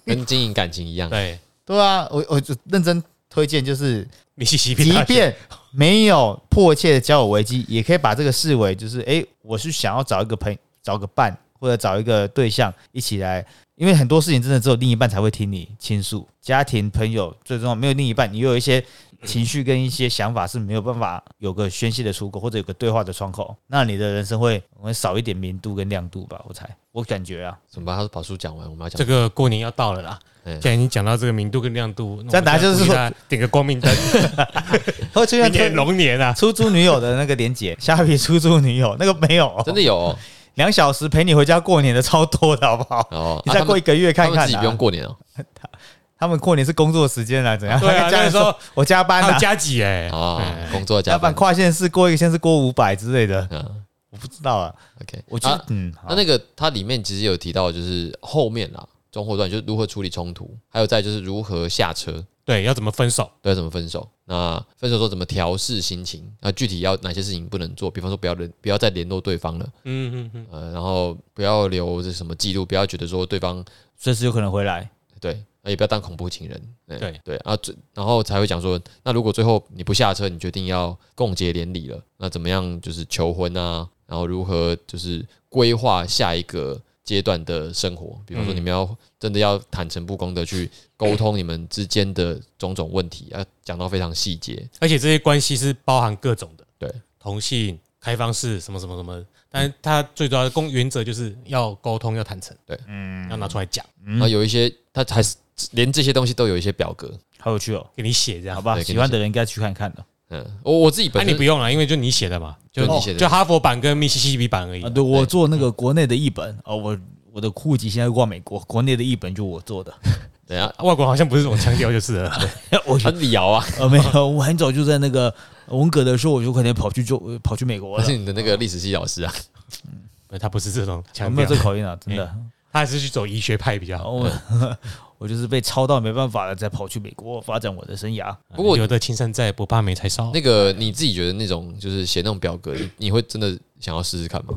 [SPEAKER 2] 跟经营感情一样，
[SPEAKER 1] 对，
[SPEAKER 3] 对啊，我我就认真推荐就是
[SPEAKER 1] 密西西比
[SPEAKER 3] 即
[SPEAKER 1] 大学，
[SPEAKER 3] 便没有迫切的交友危机，也可以把这个视为就是，诶，我是想要找一个朋找个伴，或者找一个对象一起来，因为很多事情真的只有另一半才会听你倾诉，家庭、朋友最重要，没有另一半，你又有一些情绪跟一些想法是没有办法有个宣泄的出口，或者有个对话的窗口，那你的人生会会少一点明度跟亮度吧，我猜，我感觉啊，
[SPEAKER 2] 怎么把他把书讲完？我们要
[SPEAKER 1] 这
[SPEAKER 2] 讲
[SPEAKER 1] 个过年要到了啦。
[SPEAKER 2] 嗯
[SPEAKER 1] 既然已经讲到这个明度跟亮度，那我
[SPEAKER 3] 这样大家就
[SPEAKER 1] 再
[SPEAKER 3] 是
[SPEAKER 1] 鼓励大家点个光明 灯，
[SPEAKER 3] 会出
[SPEAKER 1] 明
[SPEAKER 3] 现
[SPEAKER 1] 年龙年啊，
[SPEAKER 3] 出租女友的那个连结，虾皮出租女友那个没有哦，
[SPEAKER 2] 真的有哦
[SPEAKER 3] 两小时陪你回家过年的超多的，好不好？
[SPEAKER 2] 哦，
[SPEAKER 3] 你
[SPEAKER 2] 啊
[SPEAKER 3] 再
[SPEAKER 2] 他
[SPEAKER 3] 过一
[SPEAKER 2] 们
[SPEAKER 3] 个月看
[SPEAKER 2] 他们
[SPEAKER 3] 看、
[SPEAKER 2] 自己不用过年哦，
[SPEAKER 3] 他们过年是工作时间啊，怎样？
[SPEAKER 1] 对啊
[SPEAKER 3] 家
[SPEAKER 1] 那
[SPEAKER 3] 人
[SPEAKER 1] 个时候
[SPEAKER 3] 我加班
[SPEAKER 1] 还有
[SPEAKER 3] 啊，
[SPEAKER 1] 加几哎，
[SPEAKER 2] 啊，
[SPEAKER 1] 哎
[SPEAKER 2] 工作
[SPEAKER 3] 加
[SPEAKER 2] 加
[SPEAKER 3] 班
[SPEAKER 2] 班，
[SPEAKER 3] 跨县市过一个县市过五百之类的，
[SPEAKER 2] 嗯
[SPEAKER 3] 我不知道啊。
[SPEAKER 2] ，OK，
[SPEAKER 3] 我觉得、
[SPEAKER 2] 啊
[SPEAKER 3] 嗯，
[SPEAKER 2] 那那个它里面其实有提到，就是后面啦，中后段就是如何处理冲突，还有再就是如何下车，
[SPEAKER 1] 对，要怎么分手？
[SPEAKER 2] 对，怎么分手。那分手之后怎么调试心情？那具体要哪些事情不能做？比方说不要联，不要再联络对方了，
[SPEAKER 1] 嗯嗯嗯，
[SPEAKER 2] 呃，然后不要留这什么记录，不要觉得说对方
[SPEAKER 3] 随时有可能回来。
[SPEAKER 2] 对，那也不要当恐怖情人，哎
[SPEAKER 1] 对
[SPEAKER 2] 对啊，最然后才会讲说，那如果最后你不下车，你决定要共结连理了，那怎么样就是求婚啊，然后如何就是规划下一个阶段的生活，比方说
[SPEAKER 1] 嗯
[SPEAKER 2] 你们要真的要坦诚不公的去沟通你们之间的种种问题，要讲到非常细节，
[SPEAKER 1] 而且这些关系是包含各种的，
[SPEAKER 2] 对，
[SPEAKER 1] 同性、开放式什么什么什么的，但是它最主要的公原则就是要沟通，要坦诚，
[SPEAKER 3] 嗯
[SPEAKER 1] 要拿出来讲，
[SPEAKER 2] 然后有一些他还是连这些东西都有一些表格，
[SPEAKER 3] 好有趣哦，
[SPEAKER 1] 给你写这样
[SPEAKER 3] 好。吧，
[SPEAKER 2] 对跟你
[SPEAKER 3] 喜欢的人应该去看看的。
[SPEAKER 2] 嗯，我我自己
[SPEAKER 1] 那、
[SPEAKER 2] 本
[SPEAKER 1] 啊你
[SPEAKER 2] 身、
[SPEAKER 1] 不用了，因为就你写的嘛，就
[SPEAKER 2] 就你写的
[SPEAKER 1] 就哈佛版跟密西西比版而已
[SPEAKER 4] 啊，。对我做那个国内的译本哦，我我的户籍现在挂美国，国内的译本就我 做的。
[SPEAKER 2] 等一下
[SPEAKER 1] 啊外国好像不是这种腔调，就是了。
[SPEAKER 4] 我
[SPEAKER 2] 他聊啊，
[SPEAKER 4] 呃没有，我很早就在那个文革的时候，我就快点跑去就跑去美国
[SPEAKER 2] 我
[SPEAKER 4] 了
[SPEAKER 2] 是。你的那个历史系老师啊，
[SPEAKER 1] 对他不是这种
[SPEAKER 3] 有
[SPEAKER 1] 腔
[SPEAKER 3] 没
[SPEAKER 1] 调
[SPEAKER 3] 有这，口音啊？真的，
[SPEAKER 1] 他还是去走医学派比较
[SPEAKER 2] 哦
[SPEAKER 1] 好。
[SPEAKER 4] 我
[SPEAKER 1] 嗯
[SPEAKER 4] 我就是被抄到没办法了，再跑去美国发展我的生涯。
[SPEAKER 2] 不过
[SPEAKER 1] 有的青山在，不怕没柴烧。
[SPEAKER 2] 那个你自己觉得那种就是写那种表格，你你会真的想要试试看吗？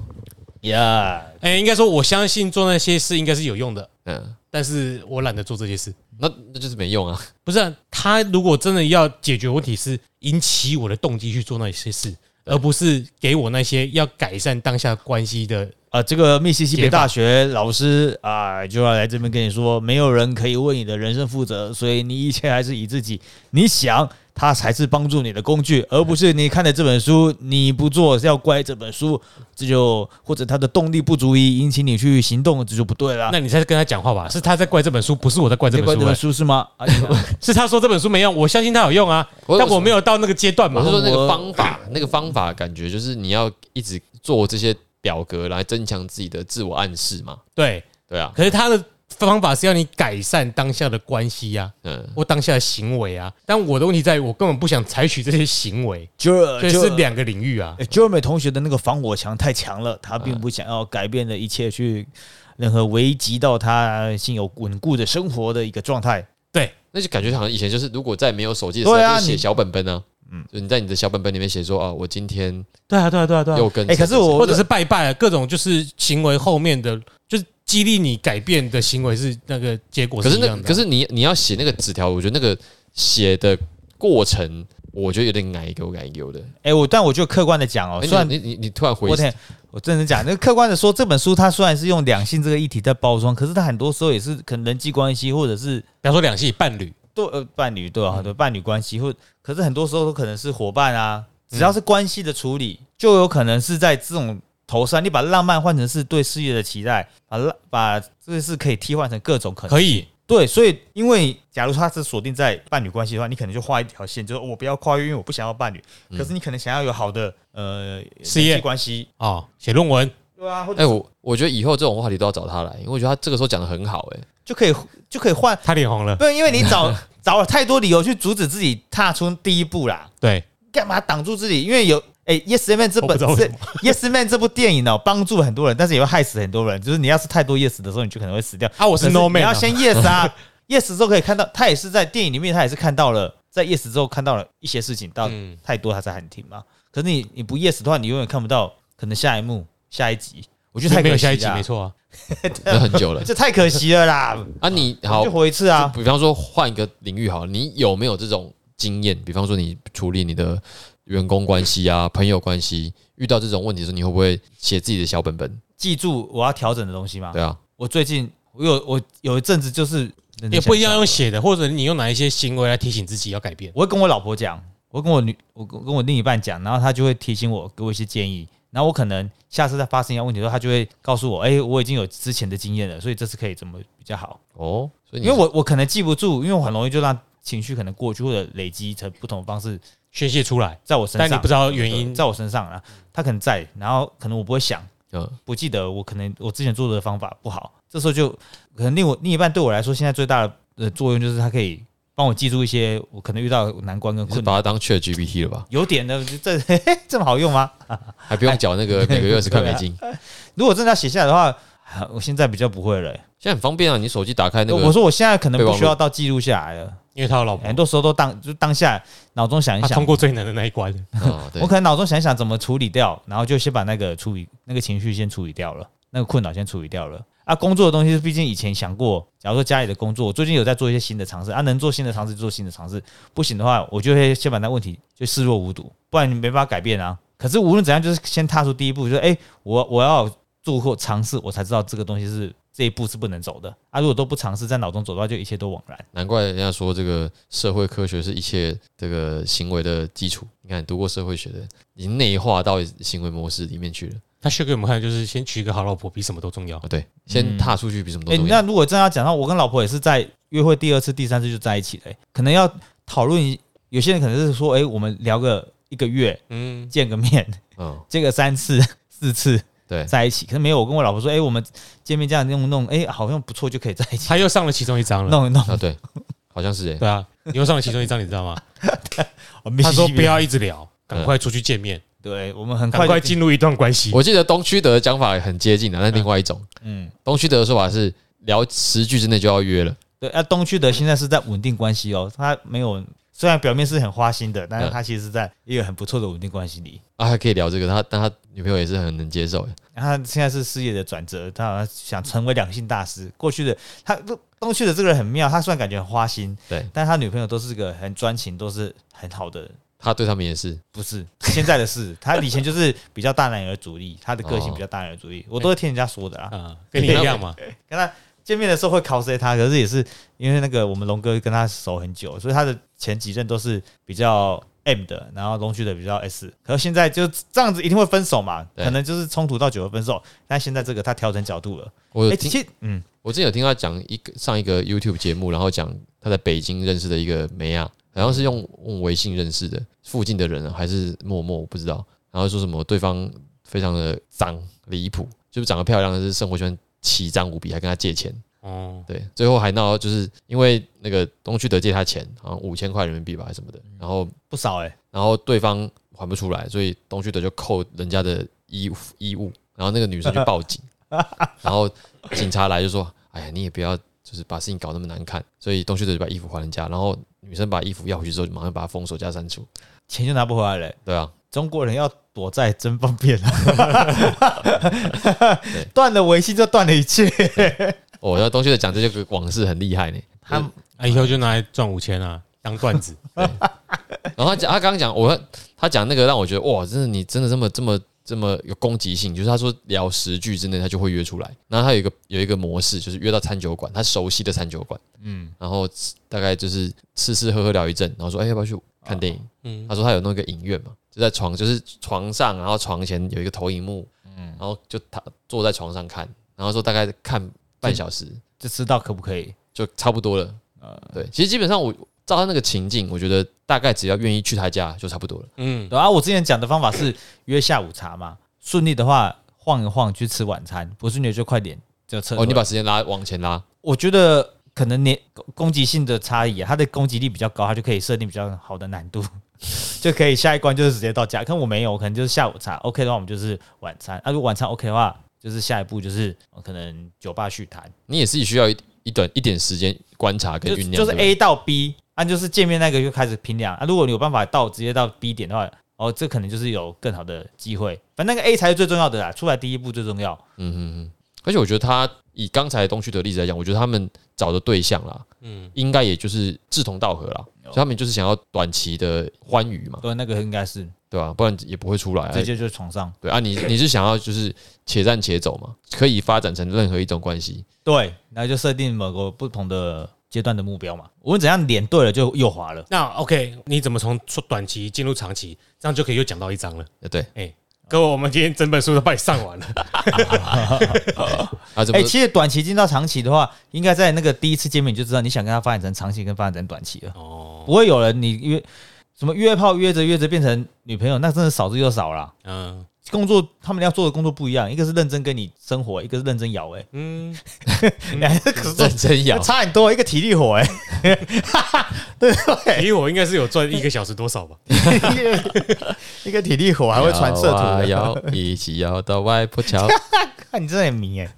[SPEAKER 3] 呀、
[SPEAKER 1] 哎、应该说我相信做那些事应该是有用的，
[SPEAKER 2] 嗯，
[SPEAKER 1] 但是我懒得做这些事。
[SPEAKER 2] 那那就是没用啊。
[SPEAKER 1] 不是、啊、他如果真的要解决问题，是引起我的动机去做那些事，而不是给我那些要改善当下关系的。
[SPEAKER 4] 啊，这个密西西比
[SPEAKER 1] 解法
[SPEAKER 4] 大学老师啊，就要来这边跟你说，没有人可以为你的人生负责，所以你一切还是以自己你想，它才是帮助你的工具，而不是你看了这本书你不做是要怪这本书，这就或者它的动力不足以引起你去行动，这就不对
[SPEAKER 2] 啊
[SPEAKER 4] 了。
[SPEAKER 1] 那你才跟他讲话吧？是他在怪这本书，不是我在怪这
[SPEAKER 4] 你
[SPEAKER 1] 本
[SPEAKER 4] 怪
[SPEAKER 1] 书、
[SPEAKER 4] 这本
[SPEAKER 1] 哎
[SPEAKER 4] 书是吗？啊，
[SPEAKER 1] 是他说这本书没用，我相信他有用啊，
[SPEAKER 2] 我
[SPEAKER 1] 但我没有到那个阶段嘛
[SPEAKER 2] 我是。说那
[SPEAKER 4] 我
[SPEAKER 2] 个方法，那个方法感觉就是你要一直做这些表格来增强自己的自我暗示嘛。
[SPEAKER 1] 对，
[SPEAKER 2] 对啊，
[SPEAKER 1] 可是他的方法是要你改善当下的关系呀、
[SPEAKER 2] 嗯
[SPEAKER 1] 啊，，或当下的行为啊。但我的问题在于，我根本不想采取这些行为，
[SPEAKER 2] 呃
[SPEAKER 4] 就
[SPEAKER 1] 所以是两个领域
[SPEAKER 3] 哎
[SPEAKER 1] 啊。
[SPEAKER 4] Jeremy 同学的那个防火墙太强了，他
[SPEAKER 2] 嗯
[SPEAKER 4] 并不想要改变的一切去任何危及到他现有稳固的生活的一个状态。
[SPEAKER 1] 对，
[SPEAKER 2] 那就感觉好像以前就是如果在没有手机的时候，
[SPEAKER 4] 对啊
[SPEAKER 2] 就写
[SPEAKER 4] 你
[SPEAKER 2] 小本本啊。嗯，就你在你的小本本里面写说啊，我今天
[SPEAKER 1] 对啊，对啊，对啊，对
[SPEAKER 2] 又跟
[SPEAKER 4] 哎可是我
[SPEAKER 1] 或者是拜拜啊，各种就是行为后面的，就是激励你改变的行为是那个结果
[SPEAKER 2] 可
[SPEAKER 1] 是
[SPEAKER 2] 是
[SPEAKER 1] 一
[SPEAKER 2] 那
[SPEAKER 1] 样的。啊
[SPEAKER 2] 可是你你要写那个纸条，我觉得那个写的过程，我觉得有点矮给我矮给我的。
[SPEAKER 3] 哎、我但我就客观的讲哦，
[SPEAKER 2] 哎
[SPEAKER 3] 虽然
[SPEAKER 2] 你你你你突然回
[SPEAKER 3] 我天，我真的讲，那个客观的说，这本书它虽然是用两性这个议题在包装，可是它很多时候也是可能人际关系或者是
[SPEAKER 1] 比方说两性伴侣，
[SPEAKER 3] 对呃伴侣对吧、对伴侣关系，或可是很多时候都可能是伙伴啊，只要是关系的处理，就有可能是在这种头上，你把浪漫换成是对事业的期待，把浪把这个是可以替换成各种可能。
[SPEAKER 1] 可以，
[SPEAKER 3] 对，所以因为假如他是锁定在伴侣关系的话，你可能就画一条线，就是我不要跨越，因为我不想要伴侣。可是你可能想要有好的呃
[SPEAKER 1] 事业
[SPEAKER 3] 人际关系，
[SPEAKER 1] 哦，写论文
[SPEAKER 3] 对啊，或
[SPEAKER 2] 哎、
[SPEAKER 3] 者
[SPEAKER 2] 我我觉得以后这种话题都要找他来，因为我觉得他这个时候讲的很好、哎，
[SPEAKER 3] 就可以就可以换，
[SPEAKER 1] 他脸红了，
[SPEAKER 3] 不，因为你找找了太多理由去阻止自己踏出第一步啦。
[SPEAKER 1] 对，
[SPEAKER 3] 干嘛挡住自己？因为有哎、Yes Man》这
[SPEAKER 1] 我不
[SPEAKER 3] 本
[SPEAKER 1] 知道为
[SPEAKER 3] 这
[SPEAKER 1] 什么
[SPEAKER 3] Yes Man》这部电影哦，帮助了很多人，但是也会害死很多人。就是你要是太多 Yes 的时候，你就可能会死掉。
[SPEAKER 1] 啊我是
[SPEAKER 3] 可
[SPEAKER 1] No
[SPEAKER 3] 你
[SPEAKER 1] Man 啊
[SPEAKER 3] 要先 Yes 啊，Yes 之后可以看到，他也是在电影里面，他也是看到了，在 Yes 之后看到了一些事情，到
[SPEAKER 1] 嗯
[SPEAKER 3] 太多他才喊停嘛。可是你你不 Yes 的话，你永远看不到可能下一幕、下一集。我觉得太
[SPEAKER 1] 没
[SPEAKER 3] 可
[SPEAKER 1] 有
[SPEAKER 3] 惜
[SPEAKER 1] 下一集，
[SPEAKER 3] 了
[SPEAKER 1] 没，错啊，
[SPEAKER 2] 那很久了
[SPEAKER 3] 这太可惜 了啦！
[SPEAKER 2] 啊你。 好
[SPEAKER 3] 就，活一次啊。
[SPEAKER 2] 比方说换一个领域好了，你有没有这种经验？比方说你处理你的员工关系啊、朋友关系，遇到这种问题的时候，你会不会写自己的小本本？
[SPEAKER 3] 记住我要调整的东西吗？
[SPEAKER 2] 对啊，
[SPEAKER 3] 我最近我有我有一阵子就是
[SPEAKER 1] 也不一定要用写的，或者你用哪一些行为来提醒自己要改变。
[SPEAKER 3] 我会跟我老婆讲，我会跟我女，我跟跟我另一半讲，然后她就会提醒我，给我一些建议。然后我可能下次再发生一样问题的时候，她就会告诉我，哎、我已经有之前的经验了，所以这次可以怎么比较好。
[SPEAKER 2] 哦，
[SPEAKER 1] 嗯
[SPEAKER 2] 所以
[SPEAKER 3] 因
[SPEAKER 2] 你
[SPEAKER 3] 为我我可能记不住，因为我很容易就让情绪可能过去或者累积成不同的方式
[SPEAKER 1] 宣泄出来，
[SPEAKER 3] 在我身上，
[SPEAKER 1] 但你不知道原因
[SPEAKER 3] 对在我身上啊，她可能在，然后可能我不会想，
[SPEAKER 2] 嗯，
[SPEAKER 3] 不记得我可能我之前做的方法不好，这时候就可能另我另一半对我来说，现在最大的呃作用就是他可以帮我记住一些我可能遇到的难关跟
[SPEAKER 2] 你是
[SPEAKER 3] 困
[SPEAKER 2] 把
[SPEAKER 3] 难。
[SPEAKER 2] 它当 Chat GPT 了吧？
[SPEAKER 3] 有点的，这 这么好用吗？
[SPEAKER 2] 还不用缴那个
[SPEAKER 3] 哎
[SPEAKER 2] 每个月二十块
[SPEAKER 3] 啊
[SPEAKER 2] 美金，
[SPEAKER 3] 如果真的要写下来的话，啊我现在比较不会了、欸
[SPEAKER 2] 现在很方便啊！你手机打开那
[SPEAKER 3] 我
[SPEAKER 2] 个，
[SPEAKER 3] 说我现在可能不需要到记录下来了，
[SPEAKER 1] 因为他有老婆
[SPEAKER 3] 很，多时候都当就当下脑中想一
[SPEAKER 1] 他
[SPEAKER 3] 想
[SPEAKER 1] 哦啊通，过最难的那一关，
[SPEAKER 2] 啊，对
[SPEAKER 3] 我，可能脑中想一想怎么处理掉，然后就先把那个处理那个情绪先处理掉了，那个困扰先处理掉了。啊，工作的东西，毕竟以前想过，假如说家里的工作，我最近有在做一些新的尝试啊，能做新的尝试就做新的尝试，不行的话，我就会先把那问题就视若无睹，不然你没办法改变啊。可是无论怎样，就是先踏出第一步，就是哎、我我要做过尝试，我才知道这个东西是这一步是不能走的啊。如果都不尝试，在脑中走的话，就一切都枉然。
[SPEAKER 2] 难怪人家说这个社会科学是一切这个行为的基础。你看，读过社会学的，已经内化到行为模式里面去了
[SPEAKER 1] 他秀给我们看，就是先娶一个好老婆比什么都重要
[SPEAKER 2] 啊。。对，先踏出去比什么
[SPEAKER 3] 哎、
[SPEAKER 2] 都重要
[SPEAKER 3] 那。如果真的要讲到，我跟老婆也是在约会第二次、第三次就在一起了、欸可能要讨论一。有些人可能是说，哎、我们聊个一个月，
[SPEAKER 1] 嗯，
[SPEAKER 3] 见个面，
[SPEAKER 2] 嗯，
[SPEAKER 3] 见个三次、 四次
[SPEAKER 2] 对，
[SPEAKER 3] 在一起。可是没有，我跟我老婆说，哎、我们见面这样弄弄，哎、好像不错，就可以在一起
[SPEAKER 1] 他又上了其中一张了。
[SPEAKER 3] 弄一弄。
[SPEAKER 2] 啊，对，好像 是哎、
[SPEAKER 1] 对啊，你又上了其中一张，你知道 吗？
[SPEAKER 3] 我们
[SPEAKER 1] 他说
[SPEAKER 3] 必须
[SPEAKER 1] 不，要一直聊，赶快出去见面，
[SPEAKER 3] 对我们很
[SPEAKER 1] 赶
[SPEAKER 3] 快
[SPEAKER 1] 快
[SPEAKER 3] 就，
[SPEAKER 1] 进入一段关系。
[SPEAKER 2] 我记得东区德的讲法很接近的，但另外一种，
[SPEAKER 3] 嗯，
[SPEAKER 2] 东区德的说法是聊十句之内就要约了，
[SPEAKER 3] 对。啊，东区的现在是在稳定关系哦，他没有，虽然表面是很花心的，
[SPEAKER 1] 嗯
[SPEAKER 3] 但是他其实是在一个很不错的稳定关系里。
[SPEAKER 2] 啊，还可以聊这个，他但他女朋友也是很能接受欸，
[SPEAKER 3] 他现在是事业的转折，他好像想成为两性大师。过去的他东去的这个人很妙，他虽然感觉很花心，
[SPEAKER 2] 对
[SPEAKER 3] 但他女朋友都是个很专情，都是很好的。
[SPEAKER 2] 他对他们也是，
[SPEAKER 3] 不是现在的事， 他以前就是比较大男儿主义，他的个
[SPEAKER 2] 哦
[SPEAKER 3] 性比较大男儿主义，我都是听人家说的啦。
[SPEAKER 1] 啊，跟你一样嘛。
[SPEAKER 3] 跟他见面的时候会 cos 他，可是也是因为那个我们龙哥跟他熟很久，所以他的前几任都是比较 M 的，然后龙旭的比较 S。可是现在就这样子，一定会分手嘛？
[SPEAKER 2] 对
[SPEAKER 3] 可能就是冲突到久了分手。但现在这个他调整角度了，
[SPEAKER 2] 我
[SPEAKER 3] 哎、
[SPEAKER 2] 有
[SPEAKER 3] 其
[SPEAKER 2] 听，
[SPEAKER 3] 实嗯，
[SPEAKER 2] 我之前有听他讲一个上一个 YouTube 节目，然后讲他在北京认识的一个梅亚，好像是用用微信认识的，附近的人啊还是陌陌，我不知道。然后说什么对方非常的脏离谱，就是长得漂亮，但是生活圈奇脏无比，还跟他借钱。
[SPEAKER 1] 哦，
[SPEAKER 2] 对，最后还闹到就是因为那个东区德借他钱，好像五千块人民币吧，还是什么的，然后
[SPEAKER 3] 不少哎、
[SPEAKER 2] 然后对方还不出来，所以东区德就扣人家的衣服衣物，然后那个女生就报警，然后警察来就说：“哎呀，你也不要就是把事情搞那么难看。”所以东区德就把衣服还人家，然后女生把衣服要回去之后，就马上把他封锁加删除。
[SPEAKER 3] 钱就拿不回来了、哎
[SPEAKER 2] 对啊，
[SPEAKER 3] 中国人要躲债真方便啊断了维系就断了一切。
[SPEAKER 2] 哦，那东区德讲这些往事很厉害呢。
[SPEAKER 3] 他
[SPEAKER 1] 啊，以后就拿来赚五千啊，当段子。
[SPEAKER 2] 然后他讲，他刚刚讲，我他讲那个让我觉得哇，真的你真的这么这么这么有攻击性，就是他说聊十句之内他就会约出来。然后他有一个有一个模式，就是约到餐酒馆，他熟悉的餐酒馆，嗯，然后吃大概就是吃吃喝喝聊一阵，然后说哎、要不要去
[SPEAKER 3] 啊
[SPEAKER 2] 看电影？
[SPEAKER 1] 嗯
[SPEAKER 2] 他，说他有那个影院嘛，就在床就是床上，然后床前有一个投影幕，嗯，然后就他坐在床上看，然后说大概看半小时，
[SPEAKER 3] 嗯就知道可不可以？
[SPEAKER 2] 就差不多了。
[SPEAKER 3] 啊
[SPEAKER 2] 对，其实基本上我照他那个情境，我觉得大概只要愿意去他家就差不多了。
[SPEAKER 1] 嗯，
[SPEAKER 3] 对啊，我之前讲的方法是约下午茶嘛，顺利的话晃一晃去吃晚餐，不顺利就快点就撤。
[SPEAKER 2] 哦，你把时间拉往前拉，
[SPEAKER 3] 我觉得可能年攻击性的差异、啊，他的攻击力比较高，他就可以设定比较好的难度， 就可以下一关就是直接到家。可能我没有，我可能就是下午茶 OK 的话，我们就是晚餐。啊，如果晚餐 OK 的话，就是下一步就是呃可能酒吧续谈，
[SPEAKER 2] 你也是需要一一段一点时间观察跟
[SPEAKER 3] 就
[SPEAKER 2] 酝酿，
[SPEAKER 3] 就是
[SPEAKER 2] 对不对
[SPEAKER 3] A 到 B，啊，就是见面那个就开始拼量啊。如果你有办法到直接到 B 点的话，哦，这可能就是有更好的机会。反正那个 A 才是最重要的啦，出来第一步最重要。
[SPEAKER 2] 嗯嗯嗯。而且我觉得他以刚才东区的例子来讲，我觉得他们找的对象啦，嗯，应该也就是志同道合啦，所以他们就是想要短期的欢愉嘛，
[SPEAKER 3] 对，那个应该是
[SPEAKER 2] 对吧、不然也不会出来啊、
[SPEAKER 3] 直接就床上。
[SPEAKER 2] 对啊你，你是想要就是且战且走嘛，可以发展成任何一种关系。
[SPEAKER 3] 对，然后就设定某个不同的阶段的目标嘛。无论怎样，脸对了就右滑了。
[SPEAKER 1] 那 OK，你怎么从说短期进入长期，这样就可以又讲到一章了？
[SPEAKER 2] 呃，对
[SPEAKER 1] 哎、各位，我们今天整本书都帮你上完了。
[SPEAKER 2] 啊，怎
[SPEAKER 3] 哎、
[SPEAKER 2] 么、
[SPEAKER 3] 其实短期进到长期的话，应该在那个第一次见面你就知道你想跟他发展成长期跟发展成短期了。哦，不会有人你约什么约炮约着约着变成女朋友，那真的少之又少啦。
[SPEAKER 1] 嗯
[SPEAKER 3] 工作他们要做的工作不一样，一个是认真跟你生活，一个是认真咬哎、
[SPEAKER 1] 嗯，
[SPEAKER 3] 欸，可是
[SPEAKER 2] 认真咬？
[SPEAKER 3] 差很多，一个体力活哎、欸，对不对？
[SPEAKER 1] 离我应该是有赚一个小时多少 吧？
[SPEAKER 3] 一个体力活还会传社
[SPEAKER 2] 摇啊
[SPEAKER 3] 图的，
[SPEAKER 2] 摇一起摇到外婆桥。
[SPEAKER 3] 看你真的很迷哎、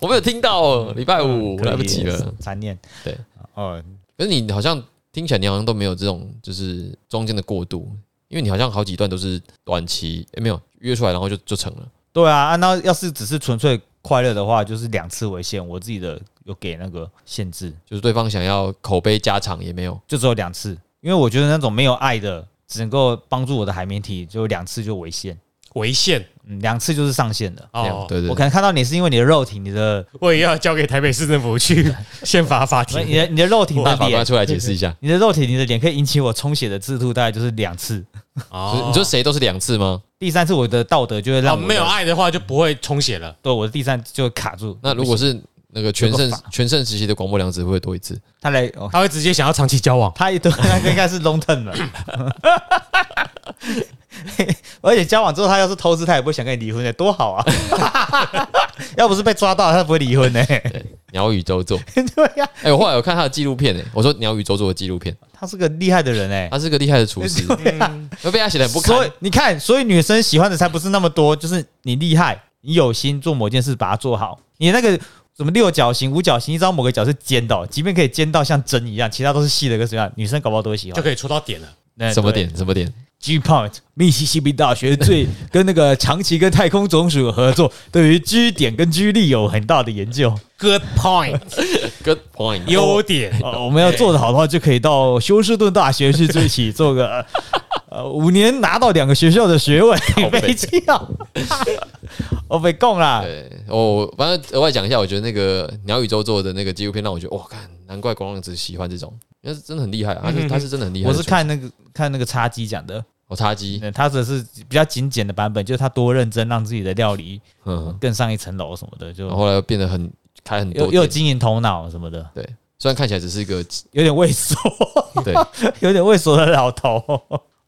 [SPEAKER 2] 我没有听到哦，礼拜五来不及了。，
[SPEAKER 3] 哎残念。
[SPEAKER 2] 对，
[SPEAKER 3] 哦，
[SPEAKER 2] 可是你好像听起来，你好像都没有这种就是中间的过渡，因为你好像好几段都是短期，诶没有约出来，然后就就成了。
[SPEAKER 3] 对啊，啊那要是只是纯粹快乐的话，就是两次为限，我自己的有给那个限制，
[SPEAKER 2] 就是对方想要口碑加长也没有，
[SPEAKER 3] 就只有两次，因为我觉得那种没有爱的，只能够帮助我的海绵体，就两次就为限，
[SPEAKER 1] 违宪
[SPEAKER 3] 嗯，两次就是上限了。
[SPEAKER 2] 这样
[SPEAKER 1] 哦，
[SPEAKER 2] 对对
[SPEAKER 3] 我可能看到你是因为你的肉体，你的
[SPEAKER 1] 我也要交给台北市政府去 宪法法
[SPEAKER 3] 你
[SPEAKER 1] 庭。
[SPEAKER 3] 的你的肉体
[SPEAKER 2] 对
[SPEAKER 3] 到
[SPEAKER 2] 让法
[SPEAKER 3] 底
[SPEAKER 2] 官出来解释一下。
[SPEAKER 3] 你的肉体，你的脸可以引起我充血的制度，大概就是两次。哦
[SPEAKER 2] 就是你说谁都是两次吗？
[SPEAKER 3] 第三次，我的道德就会
[SPEAKER 1] 哦，
[SPEAKER 3] 让我的
[SPEAKER 1] 没有，爱的话就不会充血了。
[SPEAKER 3] 对我的第三就会卡住。
[SPEAKER 2] 那如果是那个全盛
[SPEAKER 3] 有个法
[SPEAKER 2] 全盛时期的广播良子，会不会多一次？
[SPEAKER 3] 他来，哦、
[SPEAKER 1] 他会直接想要长期交往，
[SPEAKER 3] 他一对那个应该是 long term 了。 而且交往之后，他要是偷吃，他也不会想跟你离婚的，多好啊！ 要不是被抓到，他不会离婚呢、
[SPEAKER 2] 鸟语周作，
[SPEAKER 3] 对呀、
[SPEAKER 2] 哎、我后来有看他的纪录片、诶，欸我说鸟语周作的纪录片，
[SPEAKER 3] 他是个厉害的人哎、
[SPEAKER 2] 他是个厉害的厨 师，
[SPEAKER 3] 对呀、
[SPEAKER 1] 嗯
[SPEAKER 2] 会被他写的不
[SPEAKER 3] 所以
[SPEAKER 2] 堪。
[SPEAKER 3] 你看，所以女生喜欢的才不是那么多，就是你厉害，你有心做某件事，把它做好。你那个什么六角形、五角形，你知道某个角是尖的哦、即便可以尖到像针一样，其他都是细的，跟什么样，女生搞不好都会喜
[SPEAKER 1] 就
[SPEAKER 3] 欢。
[SPEAKER 1] 可以戳到点了。
[SPEAKER 3] 那
[SPEAKER 2] 什么
[SPEAKER 3] 对
[SPEAKER 2] 点？什么点？
[SPEAKER 3] ？G point。
[SPEAKER 4] 密西西比大学最跟那个长期跟太空总署合作，
[SPEAKER 3] 对于 G 点跟 G 力有很大的 研究。
[SPEAKER 1] Good point，
[SPEAKER 2] Good point。
[SPEAKER 1] 优点。
[SPEAKER 3] 哦，
[SPEAKER 4] 我们要做得好的话，就可以到休斯顿大学去一起做个 呃呃五年拿到两个学校的学位。
[SPEAKER 2] 靠背
[SPEAKER 3] 没记 到，我啊被供啦。
[SPEAKER 2] 对，哦，反正额外讲一下，我觉得那个鸟宇宙做的那个纪录片让我觉得，哇，看，难怪光浪子喜欢这种，因为真的很厉害啊，他是他是嗯真的很厉害
[SPEAKER 3] 我
[SPEAKER 2] 的
[SPEAKER 3] 是
[SPEAKER 2] 厨师。
[SPEAKER 3] 看那个看那个叉鸡讲的，
[SPEAKER 2] 我插机，
[SPEAKER 3] 那他只是比较精简的版本，就是他多认真，让自己的料理
[SPEAKER 2] 嗯，
[SPEAKER 3] 更上一层楼什么的，就
[SPEAKER 2] 然后后来又变得很开很哦多
[SPEAKER 3] 又又
[SPEAKER 2] 店，
[SPEAKER 3] 经营头脑什么的，
[SPEAKER 2] 对，虽然看起来只是一 个
[SPEAKER 3] 有点畏缩，
[SPEAKER 2] 对，
[SPEAKER 3] 有点畏缩的老 头，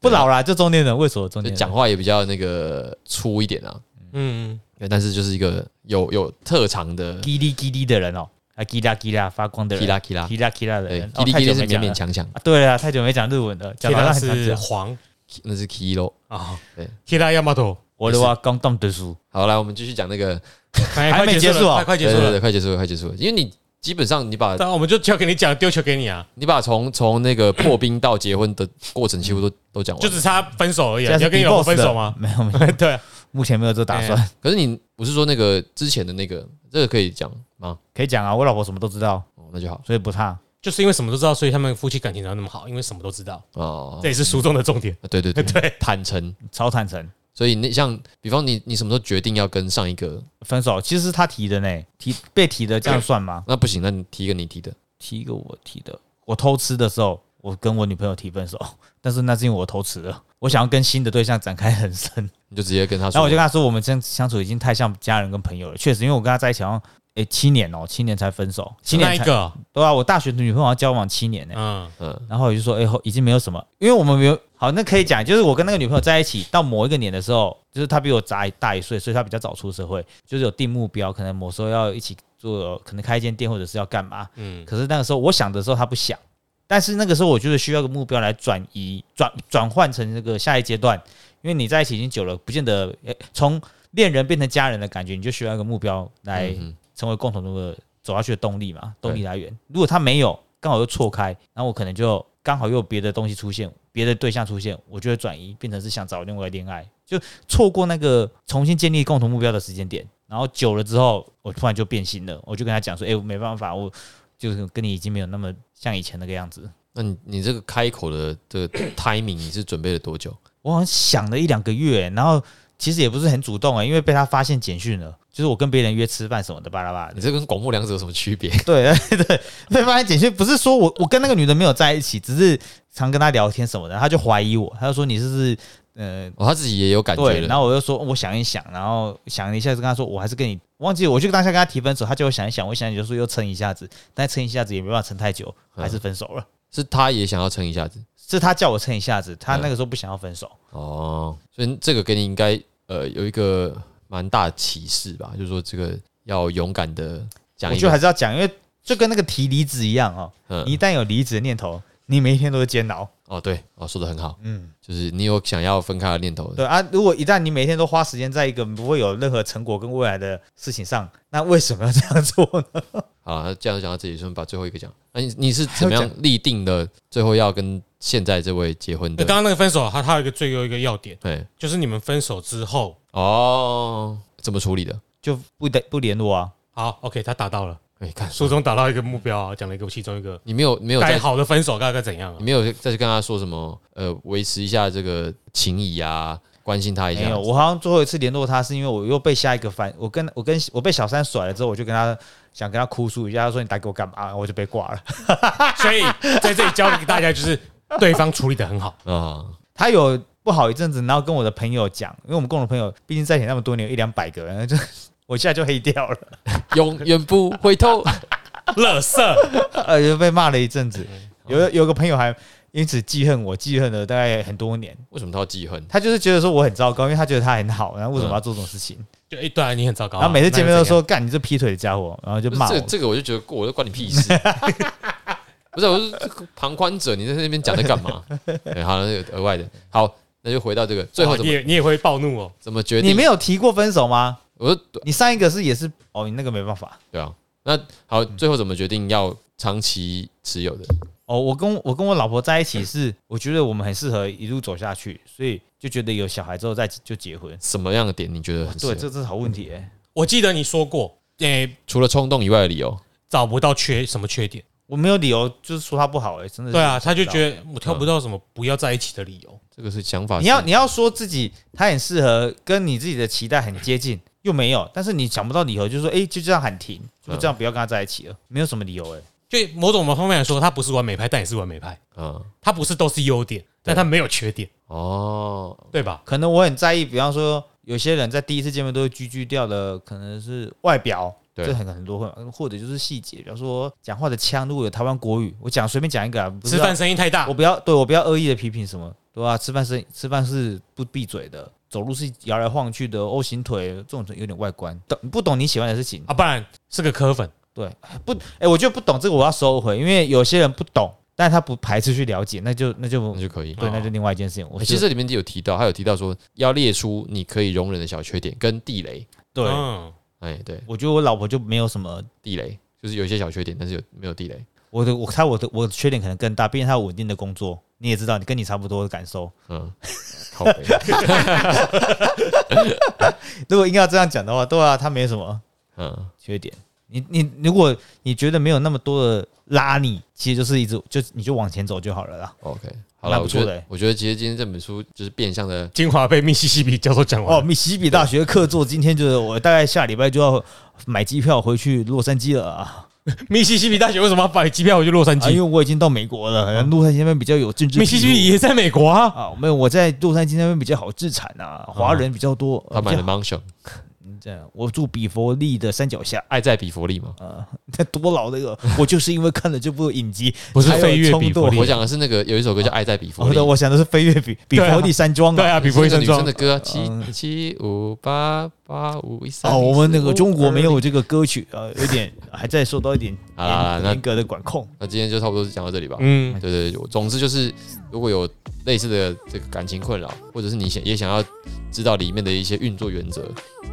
[SPEAKER 3] 不老啦，就中年人畏缩的中
[SPEAKER 2] 就
[SPEAKER 3] 年人。
[SPEAKER 2] 讲话也比较那个粗一点啊，
[SPEAKER 1] 嗯，
[SPEAKER 2] 对但是就是一个有有特长的
[SPEAKER 3] 叽哩叽哩的人哦，啊叽啦叽啦发光的人，
[SPEAKER 2] 提拉提拉，
[SPEAKER 3] 叽啦叽啦的
[SPEAKER 2] 对，
[SPEAKER 3] 人，
[SPEAKER 2] 叽里
[SPEAKER 3] 哦
[SPEAKER 2] 叽里是勉
[SPEAKER 3] 太久没讲了
[SPEAKER 2] 勉强强，
[SPEAKER 3] 啊，对啊，太久没讲日文了，
[SPEAKER 1] 铁
[SPEAKER 3] 讲到
[SPEAKER 1] 达
[SPEAKER 3] 很
[SPEAKER 1] 是
[SPEAKER 3] 常
[SPEAKER 1] 黄
[SPEAKER 2] 那是 kilo。
[SPEAKER 1] 啊
[SPEAKER 2] 对，
[SPEAKER 1] 铁达亚麻头
[SPEAKER 3] 我的话刚当读书，
[SPEAKER 2] 好，来我们继续讲那个，
[SPEAKER 1] 还
[SPEAKER 3] 没结束啊
[SPEAKER 1] 快快
[SPEAKER 2] 对
[SPEAKER 1] 结束
[SPEAKER 2] 对对，
[SPEAKER 1] 了。
[SPEAKER 2] 快结束了，快结束了，因为你基本上你把
[SPEAKER 1] 当然，我们就交给你讲，丢球给你啊，
[SPEAKER 2] 你把从从那个破冰到结婚的过程几乎都都讲完
[SPEAKER 1] 就
[SPEAKER 2] 了，
[SPEAKER 1] 只差分手而已啊。
[SPEAKER 3] 现
[SPEAKER 1] 你
[SPEAKER 3] 在
[SPEAKER 1] 要
[SPEAKER 3] 是
[SPEAKER 1] 跟你老婆
[SPEAKER 3] divorce
[SPEAKER 1] 分
[SPEAKER 3] 的
[SPEAKER 1] 手吗？ 哎
[SPEAKER 3] 没有，没有，
[SPEAKER 1] 对啊，
[SPEAKER 3] 目前没有这打算，
[SPEAKER 2] 可是你我是说那个之前的那个，这个可以讲吗？
[SPEAKER 3] 可以讲啊，我老婆什么都知道，
[SPEAKER 2] 哦，那就好
[SPEAKER 3] 所以不差。
[SPEAKER 1] 就是因为什么都知道，所以他们夫妻感情才会那么好，因为什么都知道，
[SPEAKER 2] 哦
[SPEAKER 1] 这。也是书中的重点。
[SPEAKER 2] 啊对对对
[SPEAKER 1] 对，
[SPEAKER 2] 坦诚。
[SPEAKER 3] 超坦诚，
[SPEAKER 2] 所以你像，比方你你什么时候决定要跟上一个？
[SPEAKER 3] 分手其实是他提的呢，提被提的这样算吗？
[SPEAKER 2] 那不行，那你提一个你提的。
[SPEAKER 3] 提一个我提的，我偷吃的时候，我跟我女朋友提分手，但是那是因为我偷吃了，我想要跟新的对象展开人生，
[SPEAKER 2] 你就直接跟他
[SPEAKER 3] 然后
[SPEAKER 2] 说，
[SPEAKER 3] 我就跟他说，我们这样相处已经太像家人跟朋友了，确实，因为我跟他在一起好像。诶七年哦、七年才分手，七
[SPEAKER 1] 那
[SPEAKER 3] 年
[SPEAKER 1] 一
[SPEAKER 3] 才
[SPEAKER 1] 个，
[SPEAKER 3] 对啊，我大学的女朋友好像交往七年呢、
[SPEAKER 1] 嗯
[SPEAKER 2] 嗯
[SPEAKER 3] 然后我就说，哎、后已经没有什么，因为我们没有好，那可以讲，就是我跟那个女朋友在一起到某一个年的时候，就是她比我大大一岁，所以她比较早出社会，就是有定目标，可能某时候要一起做，可能开一间店或者是要干嘛。
[SPEAKER 1] 嗯，
[SPEAKER 3] 可是那个时候我想的时候，她不想，但是那个时候我就是需要个目标来转移、转转换成那个下一阶段，因为你在一起已经久了，不见得诶从恋人变成家人的感觉，你就需要一个目标来
[SPEAKER 2] 嗯
[SPEAKER 3] 成为共同的走下去的动力嘛，
[SPEAKER 2] 对
[SPEAKER 3] 动力来源。如果他没有，刚好又错开，然后我可能就刚好又有别的东西出现，别的对象出现，我就会转移，变成是想找另外一个恋爱，就错过那个重新建立共同目标的时间点。然后久了之后，我突然就变心了，我就跟他讲说：“哎、我没办法，我就是跟你已经没有那么像以前那个样子。
[SPEAKER 2] 那你你这个开口的这个 timing 你是准备了多久？”
[SPEAKER 3] 我好像想了一两个月、然后其实也不是很主动哎、因为被他发现简讯了，就是我跟别人约吃饭什么的，巴拉巴拉的
[SPEAKER 2] 你。这跟广末凉子有什么区别？
[SPEAKER 3] 对 对，被发现简讯不是说我我跟那个女的没有在一起，只是常跟她聊天什么的，她就怀疑我，她就说你是不是呃
[SPEAKER 2] 哦，他自己也有感觉
[SPEAKER 3] 对，然
[SPEAKER 2] 了。
[SPEAKER 3] 后我就说我想一想，然后想了一下就跟她说我还是跟你忘记了，我就当下跟她提分手，她就想一想，我想一想就说又撑一下子，但撑一下子也没办法撑太久，还是分手了。
[SPEAKER 2] 是他也想要撑一下子
[SPEAKER 3] 是她叫我撑一下子，她
[SPEAKER 2] 嗯
[SPEAKER 3] 那个时候不想要分手，
[SPEAKER 2] 哦，所以这个给你应该呃有一个蛮大的启示吧，就是说这个要勇敢的讲
[SPEAKER 3] 我
[SPEAKER 2] 一
[SPEAKER 3] 觉得还
[SPEAKER 2] 个，
[SPEAKER 3] 是要讲，因为就跟那个提离职一样哦，你一
[SPEAKER 2] 嗯，
[SPEAKER 3] 旦有离职的念头，你每一天都是煎熬。
[SPEAKER 2] 哦对，哦说的很好，
[SPEAKER 3] 嗯，
[SPEAKER 2] 就是你有想要分开的念头，
[SPEAKER 3] 对啊，如果一旦你每天都花时间在一个不会有任何成果跟未来的事情上，那为什么要这样做呢？
[SPEAKER 2] 好，那这样讲到这里，顺便把最后一个讲。那、你你是怎 么样立定的最后要跟现在这位结婚
[SPEAKER 1] 那刚
[SPEAKER 2] 的？
[SPEAKER 1] 刚那个分手，他他有一个最后一个要点，
[SPEAKER 2] 对，
[SPEAKER 1] 就是你们分手之后，
[SPEAKER 2] 哦，怎么处理的？
[SPEAKER 3] 就不得不联络啊？
[SPEAKER 1] 好，OK，他达到了，
[SPEAKER 2] 哎、看
[SPEAKER 1] 书中达到一个目标啊，讲了一个其中一个
[SPEAKER 2] 你没有没有
[SPEAKER 1] 该
[SPEAKER 2] 再
[SPEAKER 1] 好的分手该该怎样啊
[SPEAKER 2] 你？没有再去跟他说什么呃，维持一下这个情谊啊，关心他一
[SPEAKER 3] 没
[SPEAKER 2] 下
[SPEAKER 3] 有，。我好像最后一次联络他是因为我又被下一个反，我跟我跟我被小三甩了之后，我就跟他想跟他哭诉一下，他说你打给我干嘛？我就被挂了。
[SPEAKER 1] 所以在这里教给大家，就是对方处理的很好，
[SPEAKER 2] 啊，
[SPEAKER 3] 他有不好一阵子，然后跟我的朋友讲，因为我们共同朋友毕竟在一起那么多年，有一两百个，然后就 我现在就黑掉了，
[SPEAKER 2] 永远不回头。
[SPEAKER 1] 乐色。
[SPEAKER 3] 呃，就被骂了一阵子。
[SPEAKER 1] 嗯
[SPEAKER 3] 有有个朋友还因此记恨我，记恨了大概很多年。
[SPEAKER 2] 为什么他要记恨？
[SPEAKER 3] 他就是觉得说我很糟糕，因为他觉得他很好，然后为什么要做这种事情？
[SPEAKER 1] 就哎，对啊，你很糟糕啊。
[SPEAKER 3] 然后每次见
[SPEAKER 1] 嗯
[SPEAKER 3] 面都
[SPEAKER 1] 那又
[SPEAKER 3] 说：“干你这劈腿的家伙！”然后就
[SPEAKER 2] 不是
[SPEAKER 3] 骂
[SPEAKER 2] 这
[SPEAKER 3] 我
[SPEAKER 2] 个。这个我就觉得过，我就关你屁 事。不是，我是这个旁观者，你在那边讲在干 嘛？对，好，那个额外的，好，那就回到这个
[SPEAKER 1] 怎
[SPEAKER 2] 最
[SPEAKER 1] 样哇
[SPEAKER 2] 后怎
[SPEAKER 1] 你
[SPEAKER 2] 么
[SPEAKER 1] 也你也会暴怒哦。
[SPEAKER 2] 怎么决定？
[SPEAKER 3] 你没有提过分手吗？
[SPEAKER 2] 我说
[SPEAKER 3] 你上一个是也是哦，你那个没办法
[SPEAKER 2] 对啊，那好，
[SPEAKER 3] 嗯
[SPEAKER 2] 最后怎么决定要长期持有的？
[SPEAKER 3] 哦。我跟我跟我老婆在一起是，我觉得我们很适合一路走下去，所以就觉得有小孩之后再就结婚。
[SPEAKER 2] 什么样的点你觉得很适
[SPEAKER 3] 哦
[SPEAKER 2] 合？
[SPEAKER 3] 对，这这是好问题哎。
[SPEAKER 1] 我记得你说过，哎，
[SPEAKER 2] 除了冲动以外的理由，
[SPEAKER 1] 找不到缺什么缺点。
[SPEAKER 3] 我没有理由就是说他不好哎，真的是嗯
[SPEAKER 1] 对啊，他
[SPEAKER 3] 想不
[SPEAKER 1] 就
[SPEAKER 3] 到
[SPEAKER 1] 觉得我挑不到什么不要在一起的理由。
[SPEAKER 2] 这个是想法是。
[SPEAKER 3] 你要你要说自己他很适合，跟你自己的期待很接近，又没有，但是你想不到理由，就是说哎，就这样喊停，就这样不要跟他在一起了，没有什么理由哎。
[SPEAKER 1] 就某种方面来说，他不是完美派，但也是完美派。
[SPEAKER 2] 嗯
[SPEAKER 1] 他不是都是优点，但他没有缺点，
[SPEAKER 2] 哦，
[SPEAKER 1] 对吧？
[SPEAKER 3] 可能我很在意，比方说有些人在第一次见面都会拘拘掉的，可能是外表，
[SPEAKER 2] 对
[SPEAKER 3] 这很很多会，或者就是细节，比方说讲话的腔，如果有台湾国语，我讲随便讲一个、啊，不
[SPEAKER 1] 吃
[SPEAKER 3] 是要
[SPEAKER 1] 饭声音太大
[SPEAKER 3] 我，不要对我不要恶意的批评什么，对吧、吃饭是吃饭是不闭嘴的，走路是摇来晃去的，O 型腿这种有点外观，懂不懂你喜欢的事情？
[SPEAKER 1] 啊，不然是个磕粉。
[SPEAKER 3] 对，不，哎、我觉得不懂这个我要收回，因为有些人不懂，但他不排斥去了解，那就那就
[SPEAKER 2] 那就可以。
[SPEAKER 3] 对，那就另外一件事情。我
[SPEAKER 2] 欸其实这里面就有提到，他有提到说要列出你可以容忍的小缺点跟地雷。
[SPEAKER 3] 对，
[SPEAKER 1] 嗯，
[SPEAKER 2] 哎，对，
[SPEAKER 3] 我觉得我老婆就没有什么
[SPEAKER 2] 地雷就是有一些小缺点，但是有没有地雷？
[SPEAKER 3] 我的我猜我的我的缺点可能更大，毕竟他有稳定的工作，你也知道，你跟你差不多的感受。
[SPEAKER 2] 嗯，靠北。
[SPEAKER 3] 如果硬要这样讲的话，对啊，他没什么
[SPEAKER 2] 嗯，
[SPEAKER 3] 缺点。你你如果你觉得没有那么多的拉你，其实就是一直就你就往前走就好了啦。
[SPEAKER 2] 哦 OK，好了，
[SPEAKER 3] 蛮
[SPEAKER 2] 我
[SPEAKER 3] 不
[SPEAKER 2] 觉
[SPEAKER 3] 错的
[SPEAKER 2] 得
[SPEAKER 3] 欸
[SPEAKER 2] 我觉得其实今天这本书就是变相的
[SPEAKER 1] 精华被密西西比教授讲完
[SPEAKER 3] 哦，
[SPEAKER 1] 了，
[SPEAKER 3] 密西西比大学客座今天就是我大概下礼拜就要买机票回去洛杉矶了啊，
[SPEAKER 1] 密西西比大学为什么要买机票回去洛杉
[SPEAKER 3] 啊因为
[SPEAKER 1] 矶？
[SPEAKER 3] 我已经到美国了，
[SPEAKER 1] 嗯
[SPEAKER 3] 然后洛杉矶那边比较有政治
[SPEAKER 1] 密
[SPEAKER 3] 庇
[SPEAKER 1] 西西比
[SPEAKER 3] 护。
[SPEAKER 1] 也在美国啊，
[SPEAKER 3] 啊，没有，我在洛杉矶那边比较好制产啊，华人比较多，
[SPEAKER 2] 他买
[SPEAKER 3] 比
[SPEAKER 2] 了
[SPEAKER 3] 较
[SPEAKER 2] mansion，
[SPEAKER 3] 这样，我住比佛利的山脚下。
[SPEAKER 2] 爱在比佛利嘛，
[SPEAKER 3] 啊， 那多老 那个！我就是因为看了这部影集，
[SPEAKER 1] 不是
[SPEAKER 3] 才有
[SPEAKER 1] 飞跃
[SPEAKER 3] 冲
[SPEAKER 1] 比佛
[SPEAKER 3] 动
[SPEAKER 1] 利
[SPEAKER 2] 我讲的是那个有一首歌叫《爱在比佛
[SPEAKER 3] 哦我
[SPEAKER 2] 利
[SPEAKER 3] 的》，我想的是飞跃比比
[SPEAKER 1] 对啊
[SPEAKER 3] 佛利山庄
[SPEAKER 1] 对啊，比佛利山
[SPEAKER 2] 是那个女生
[SPEAKER 1] 庄
[SPEAKER 2] 的歌啊，七七五八八五一三。
[SPEAKER 3] 啊，我们那个
[SPEAKER 2] 一四
[SPEAKER 3] 中国没。
[SPEAKER 2] 五二
[SPEAKER 3] 有这个歌曲，
[SPEAKER 1] 啊
[SPEAKER 3] 呃，有点还在受到一点
[SPEAKER 2] 好啦好啦
[SPEAKER 3] 严
[SPEAKER 2] 那
[SPEAKER 3] 严格的管控。
[SPEAKER 2] 那今天就差不多是讲到这里吧。
[SPEAKER 1] 嗯，
[SPEAKER 2] 对对对，总之就是，如果有类似的这个感情困扰，或者是你想也想要知道里面的一些运作原则，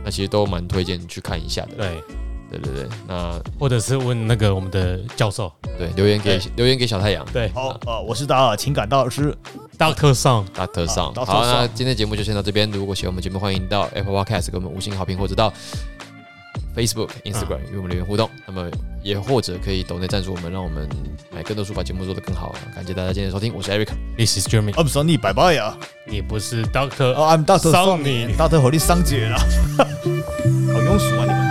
[SPEAKER 2] 那其实都蛮推荐你去看一下的。
[SPEAKER 1] 对，
[SPEAKER 2] 对对对，那
[SPEAKER 1] 或者是问那个我们的教授
[SPEAKER 2] 对留言给
[SPEAKER 1] 对
[SPEAKER 2] 留言给小太阳
[SPEAKER 1] 对
[SPEAKER 3] 好，呃，我是大情感大师，
[SPEAKER 1] Doctor Song，
[SPEAKER 2] 啊 Doctor
[SPEAKER 3] 好
[SPEAKER 2] Song。
[SPEAKER 3] ，Dr.
[SPEAKER 2] 好，那
[SPEAKER 3] Song
[SPEAKER 2] 今天节目就先到这边。如果喜欢我们节目，欢迎到 Apple Podcast 给我们五星好评，或者到 Facebook、Instagram 与我们留言互动。那么也或者可以抖内赞助我们，让我们买更多书，把节目做得更好。啊感谢大家今天的收听，我是 Eric。
[SPEAKER 1] This is Jeremy，
[SPEAKER 3] 我们桑尼拜拜啊哦呀，
[SPEAKER 1] 你不是 Doctor，哦
[SPEAKER 3] 啊，I'm 大头
[SPEAKER 1] 桑
[SPEAKER 3] 桑
[SPEAKER 1] 尼
[SPEAKER 3] 尼，大头和你桑姐了，好庸俗啊你们。
[SPEAKER 2] 呃